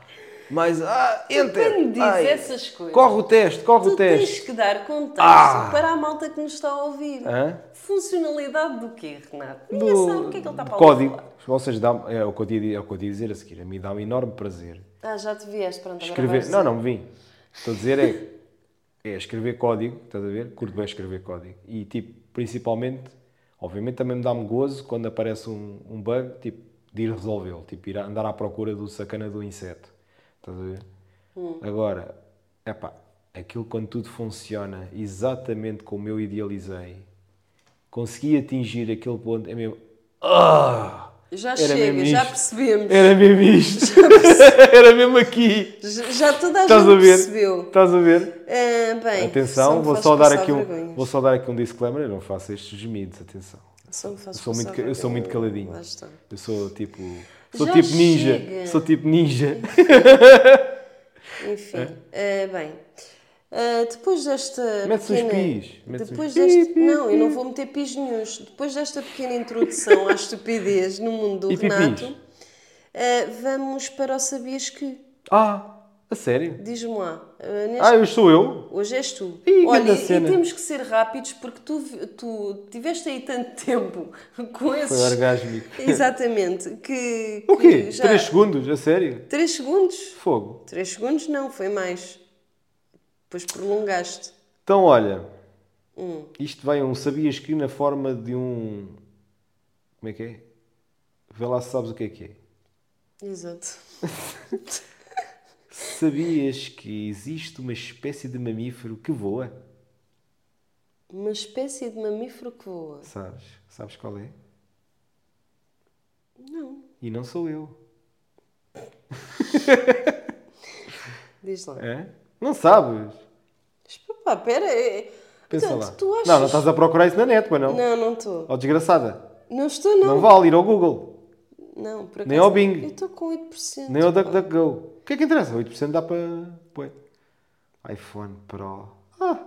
S2: mas ah, enter,
S1: quando dizes
S2: ai,
S1: essas coisas,
S2: corre o teste, corre
S1: Tu
S2: o teste.
S1: tens que dar contexto
S2: Ah!
S1: para a malta que nos está a ouvir.
S2: Hã?
S1: Funcionalidade do quê, Renato? Ninguém
S2: do-
S1: sabe o que é que ele está
S2: do
S1: para ali
S2: código.
S1: falar.
S2: Ou seja, dá, é, o que eu tinha- é o que eu tinha a dizer a seguir. A mim dá um enorme prazer
S1: Ah, já te vieste, pronto, agora
S2: escrever.
S1: vais
S2: Não, não, vim. Estou a dizer é, é escrever código, estás a ver? Curto bem escrever código. E tipo, principalmente, obviamente também me dá-me gozo quando aparece um, um bug, tipo, de ir resolvê-lo, tipo, ir a- andar à procura do sacana do inseto. Estás a ver?
S1: Hum.
S2: Agora, é pá, aquilo quando tudo funciona exatamente como eu idealizei, consegui atingir aquele ponto, é mesmo. Ah!
S1: Já
S2: Era mesmo
S1: chega, já
S2: isto.
S1: percebemos.
S2: Era mesmo isto! Era mesmo aqui!
S1: Já já toda a
S2: Estás
S1: gente
S2: a ver?
S1: percebeu.
S2: Estás a ver?
S1: Ah, bem,
S2: Atenção,
S1: me
S2: vou
S1: faz
S2: só, dar
S1: passar
S2: aqui um,
S1: vergonhas.
S2: vou só dar aqui um disclaimer, eu não faço estes gemidos, atenção.
S1: Só me faz
S2: Eu sou
S1: passar
S2: muito, ca- eu sou muito
S1: vergonha.
S2: caladinho.
S1: Lá está.
S2: Eu sou tipo, sou
S1: Já
S2: tipo ninja,
S1: chega.
S2: sou tipo ninja.
S1: Enfim,
S2: É.
S1: ah, bem. Ah, depois desta
S2: Mete-se uns
S1: pequena...
S2: pis, mete-se
S1: depois
S2: uns
S1: deste...
S2: pi, pi,
S1: não, eu não vou meter pis nenhuns. Depois desta pequena introdução à estupidez no mundo do
S2: E pipis.
S1: Renato, ah, vamos para o Sabias Que.
S2: Ah, a sério?
S1: Diz-me lá. ah, neste-
S2: Ah, eu sou eu?
S1: Hoje és tu.
S2: Ih,
S1: Olha,
S2: grande
S1: e, e
S2: cena.
S1: temos que ser rápidos porque tu, vi- tu tiveste aí tanto tempo com esses...
S2: Foi orgásmico.
S1: Exatamente. Que,
S2: O
S1: que
S2: quê? 3 segundos, a sério?
S1: Três segundos?
S2: Fogo.
S1: Três segundos não, foi mais. Depois prolongaste.
S2: Então, olha,
S1: Hum.
S2: isto vai um. Sabias que na forma de um. Como é que é? Vê lá se sabes o que é que é.
S1: Exato.
S2: Sabias que existe uma espécie de mamífero que voa?
S1: Uma espécie de mamífero que voa.
S2: Sabes? Sabes qual é?
S1: Não.
S2: E não sou eu.
S1: Diz lá.
S2: Hã? Não sabes?
S1: Espera, pá, pera. é-
S2: Pensa
S1: Portanto,
S2: lá.
S1: tu achas...
S2: Não, não estás a procurar isso na net, mas não.
S1: Não, não estou.
S2: Ó desgraçada.
S1: Não estou, não.
S2: Não vale ir ao Google,
S1: Não, por acaso.
S2: Nem ao Bing.
S1: Eu estou com 8%.
S2: nem ao
S1: pá.
S2: DuckDuckGo. O que é que interessa? 8% dá para. Pois. iPhone Pro. Ah,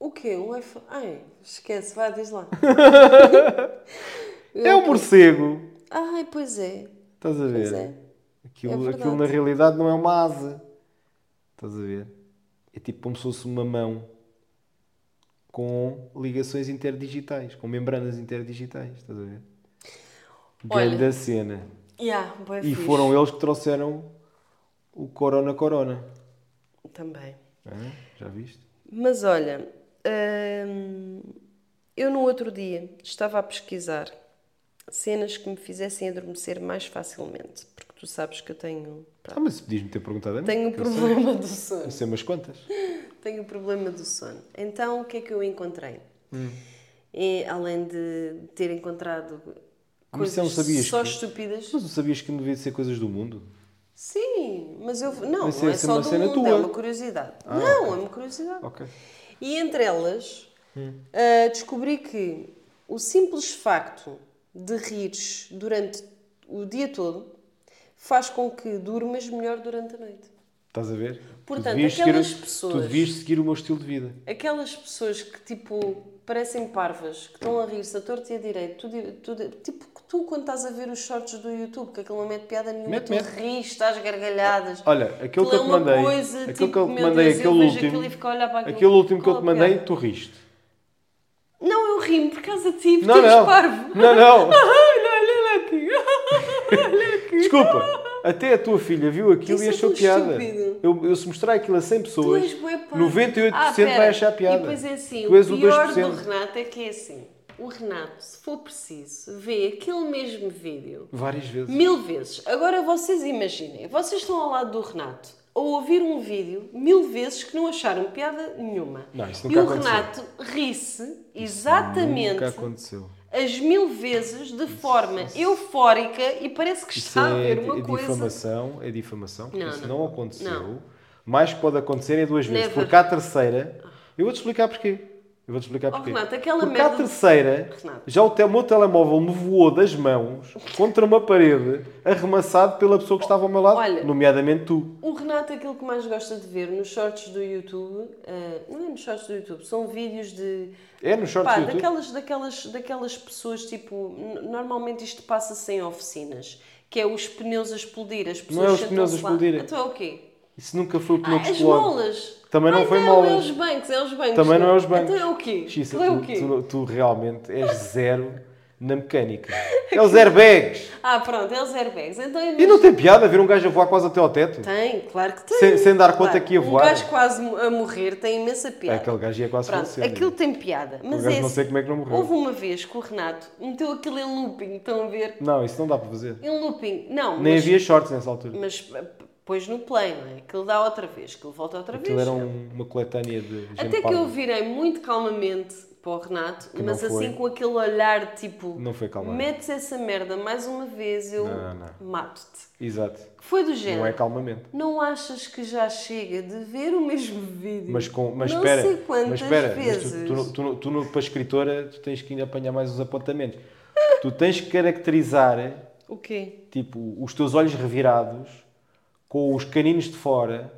S1: O quê? Um iPhone? Ai, esquece, vá, diz lá.
S2: é um morcego.
S1: Ai, pois é.
S2: Estás a ver?
S1: Pois é. É
S2: Aquilo,
S1: verdade.
S2: aquilo na realidade não é uma asa. Estás a ver? É tipo como se fosse uma mão com ligações interdigitais, com membranas interdigitais. Estás a ver?
S1: Olha. é
S2: Grande a cena.
S1: Yeah, boa
S2: E foram eles que trouxeram o Corona Corona.
S1: Também.
S2: Hã? Já viste?
S1: Mas olha, hum, eu no outro dia estava a pesquisar cenas que me fizessem adormecer mais facilmente, porque tu sabes que eu tenho, pá,
S2: Ah, mas podias-me ter perguntado a mim.
S1: tenho o
S2: que eu sei.
S1: problema do sono.
S2: Eu sei umas quantas.
S1: Tenho o problema do sono. Então, o que é que eu encontrei?
S2: Hum.
S1: E, além de ter encontrado
S2: Mas
S1: coisas
S2: isso não sabias
S1: só
S2: que-
S1: estúpidas.
S2: Mas não sabias que não devia ser coisas do mundo?
S1: Sim, mas eu. Não,
S2: Mas
S1: não é
S2: essa é
S1: só
S2: uma
S1: do
S2: cena
S1: mundo,
S2: tua. Ah,
S1: é uma curiosidade. não, é uma curiosidade.
S2: Ok. Hum.
S1: E entre elas, ah, descobri que o simples facto de rires durante o dia todo faz com que durmas melhor durante a noite.
S2: Estás a ver?
S1: Portanto,
S2: devias
S1: aquelas
S2: seguir,
S1: pessoas-
S2: Tu devias seguir o meu estilo de vida.
S1: Aquelas pessoas que, tipo, parecem parvas, que estão a rir-se a torto e a direito, tu, tu, tipo, que tu quando estás a ver os shorts do YouTube, que aquilo não mete piada nenhuma,
S2: Mete,
S1: tu
S2: mete.
S1: rires, estás gargalhadas.
S2: Olha, aquele
S1: Aquilo
S2: que
S1: é
S2: eu te
S1: uma
S2: mandei,
S1: coisa,
S2: aquele
S1: tipo,
S2: que eu te
S1: meu
S2: mandei,
S1: Deus, eu
S2: aquele
S1: vejo
S2: último,
S1: aquilo e fico a olhar para aquilo.
S2: aquele último que eu
S1: Qual
S2: te
S1: a
S2: mandei,
S1: piada?
S2: tu riste.
S1: Não, eu rimo por causa de ti, porque
S2: Não,
S1: tu és
S2: não,
S1: parvo.
S2: não, não,
S1: Olha, olha lá aqui. Olha aqui.
S2: desculpa, até a tua filha viu aquilo
S1: Isso
S2: e
S1: é
S2: achou
S1: tão
S2: piada.
S1: estúpido.
S2: Eu, eu se mostrar aquilo a 100
S1: Tu
S2: pessoas,
S1: és bué pá.
S2: 98%
S1: Ah,
S2: vai
S1: pera.
S2: achar piada.
S1: E depois é assim,
S2: tu és
S1: o
S2: o
S1: pior
S2: 2%.
S1: do Renato é que é assim. O Renato, se for preciso, vê aquele mesmo vídeo
S2: Várias vezes.
S1: mil vezes. Agora vocês imaginem, vocês estão ao lado do Renato a ouvir um vídeo mil vezes que não acharam piada nenhuma.
S2: Não, isso
S1: e
S2: nunca
S1: o
S2: aconteceu.
S1: Renato ri-se exatamente
S2: Nunca aconteceu.
S1: as mil vezes de forma eufórica e parece que
S2: Isso
S1: está a
S2: é,
S1: ver uma
S2: é
S1: coisa.
S2: difamação, é difamação, porque
S1: Não,
S2: isso
S1: não.
S2: não, aconteceu.
S1: Não.
S2: Mais que pode acontecer é duas vezes,
S1: Never.
S2: porque à terceira, eu vou-te explicar porquê. Eu vou-te explicar porquê.
S1: Oh, Renato, aquela
S2: porque
S1: merda
S2: à
S1: de-
S2: terceira,
S1: Renato.
S2: já o, te, o meu telemóvel me voou das mãos contra uma parede, arremessado pela pessoa que estava ao meu lado,
S1: Olha.
S2: nomeadamente tu.
S1: O Renato, é aquilo que mais gosta de ver nos shorts do YouTube, eh, não é nos shorts do YouTube, são vídeos de.
S2: É nos shorts
S1: Pá,
S2: do YouTube?
S1: daquelas, daquelas, daquelas pessoas, tipo, n- normalmente isto passa-se em oficinas, que é os pneus a explodir, as pessoas
S2: é os pneus a
S1: sentam-se lá.
S2: explodirem.
S1: Então é o quê?
S2: Isso nunca foi o que
S1: Ah,
S2: não
S1: as
S2: explode.
S1: molas!
S2: Também não
S1: Ai,
S2: foi
S1: não,
S2: molas.
S1: É os bancos, é os bancos.
S2: Também não é os bancos.
S1: Então é o quê?
S2: Xisa,
S1: Aquilo é
S2: tu,
S1: o quê?
S2: tu- tu realmente és zero na mecânica. É os airbags.
S1: Ah, pronto, é os airbags. Então é
S2: E não tem piada ver um gajo a voar quase até ao teto.
S1: Tem, claro que tem.
S2: Sem- sem dar conta
S1: Claro,
S2: que ia voar.
S1: Um gajo quase mo- a morrer tem imensa piada.
S2: Aquele gajo ia quase
S1: Pronto,
S2: falecer, né?
S1: aquilo tem piada. Mas
S2: gajo
S1: é
S2: não sei
S1: assim,
S2: como é que não morreu.
S1: Houve uma vez que o Renato meteu aquilo em looping, estão a ver?
S2: Não, isso não dá para fazer.
S1: Em looping, não,
S2: Nem
S1: mas,
S2: havia shorts nessa altura.
S1: mas p- p- pôs no play, não é? Aquilo dá outra vez, aquilo volta outra
S2: Aquilo
S1: vez.
S2: era um- uma coletânea de gente
S1: Até que
S2: parva.
S1: eu virei muito calmamente para o Renato, mas
S2: não foi.
S1: assim com aquele olhar tipo:
S2: Não foi calmamente.
S1: metes essa merda mais uma vez, eu
S2: Não, não.
S1: mato-te.
S2: Exato.
S1: Foi do género.
S2: Não é calmamente.
S1: Não achas que já chega de ver o mesmo vídeo?
S2: Mas com, mas
S1: não
S2: espera,
S1: sei quantas
S2: mas espera, mas tu-
S1: vezes.
S2: tu, não- tu, não- tu não- para escritora tu tens que ainda apanhar mais os apontamentos. tu tens que caracterizar
S1: O quê?
S2: tipo os teus olhos revirados, com os caninos de fora,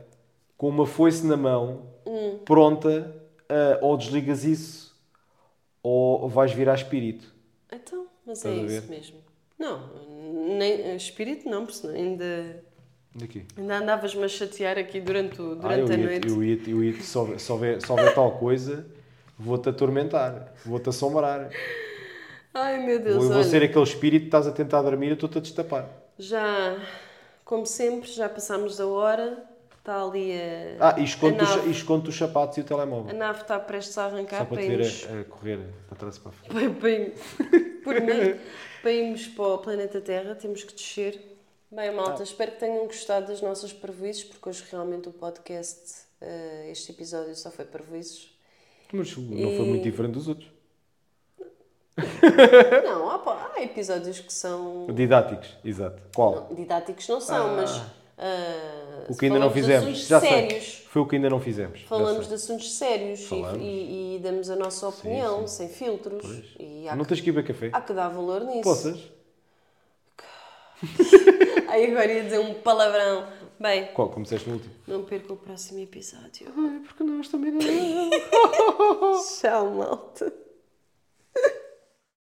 S2: com uma foice na mão,
S1: Hum.
S2: pronta, a- ou desligas isso, ou vais virar espírito.
S1: Então, mas
S2: Estás
S1: é
S2: a
S1: isso
S2: ver?
S1: mesmo. Não, nem eh, espírito não, porque senão ainda,
S2: Daqui.
S1: ainda andavas-me a chatear aqui durante, o-
S2: Ah, eu
S1: durante a
S2: ia,
S1: noite.
S2: eu ia, eu ia, se houver, se houver- se houver tal coisa, vou-te atormentar, vou-te assombrar.
S1: Ai meu
S2: Eu
S1: Deus,
S2: vou
S1: olha,
S2: ser aquele espírito que estás a tentar dormir e eu estou-te a destapar.
S1: já, como sempre, já passámos da hora. Está ali a.
S2: Ah, e esconde-te
S1: a
S2: os,
S1: nave.
S2: e esconde-te os sapatos e o
S1: A
S2: telemóvel.
S1: nave está prestes a é
S2: Só
S1: arrancar
S2: para
S1: para
S2: te ver
S1: irmos.
S2: a, a correr para trás e para a frente.
S1: Para, para, ir- por mim, para irmos para o planeta Terra, temos que descer. Bem, malta,
S2: Tá.
S1: espero que tenham gostado das nossas prejuízos, porque hoje realmente o podcast, eh, este episódio só foi prejuízos.
S2: Mas não foi muito diferente dos outros.
S1: Não, há, pá, há episódios que são
S2: Didáticos, exato. Qual?
S1: didáticos, não são, mas. ah,
S2: O que ainda não
S1: falamos de
S2: fizemos.
S1: assuntos
S2: Já sei.
S1: sérios.
S2: Foi o que ainda não fizemos. Já
S1: Falamos de
S2: sei.
S1: assuntos sérios e-
S2: Falamos.
S1: E, e damos a nossa opinião,
S2: sim.
S1: sem filtros. E há
S2: Não
S1: que,
S2: tens que ir beber café.
S1: há que dar valor nisso.
S2: Poças?
S1: Aí agora ia dizer um palavrão. Bem,
S2: Qual? Como disseste no último.
S1: não perca o próximo episódio.
S2: Ai, porque nós também não.
S1: Tchau, malta.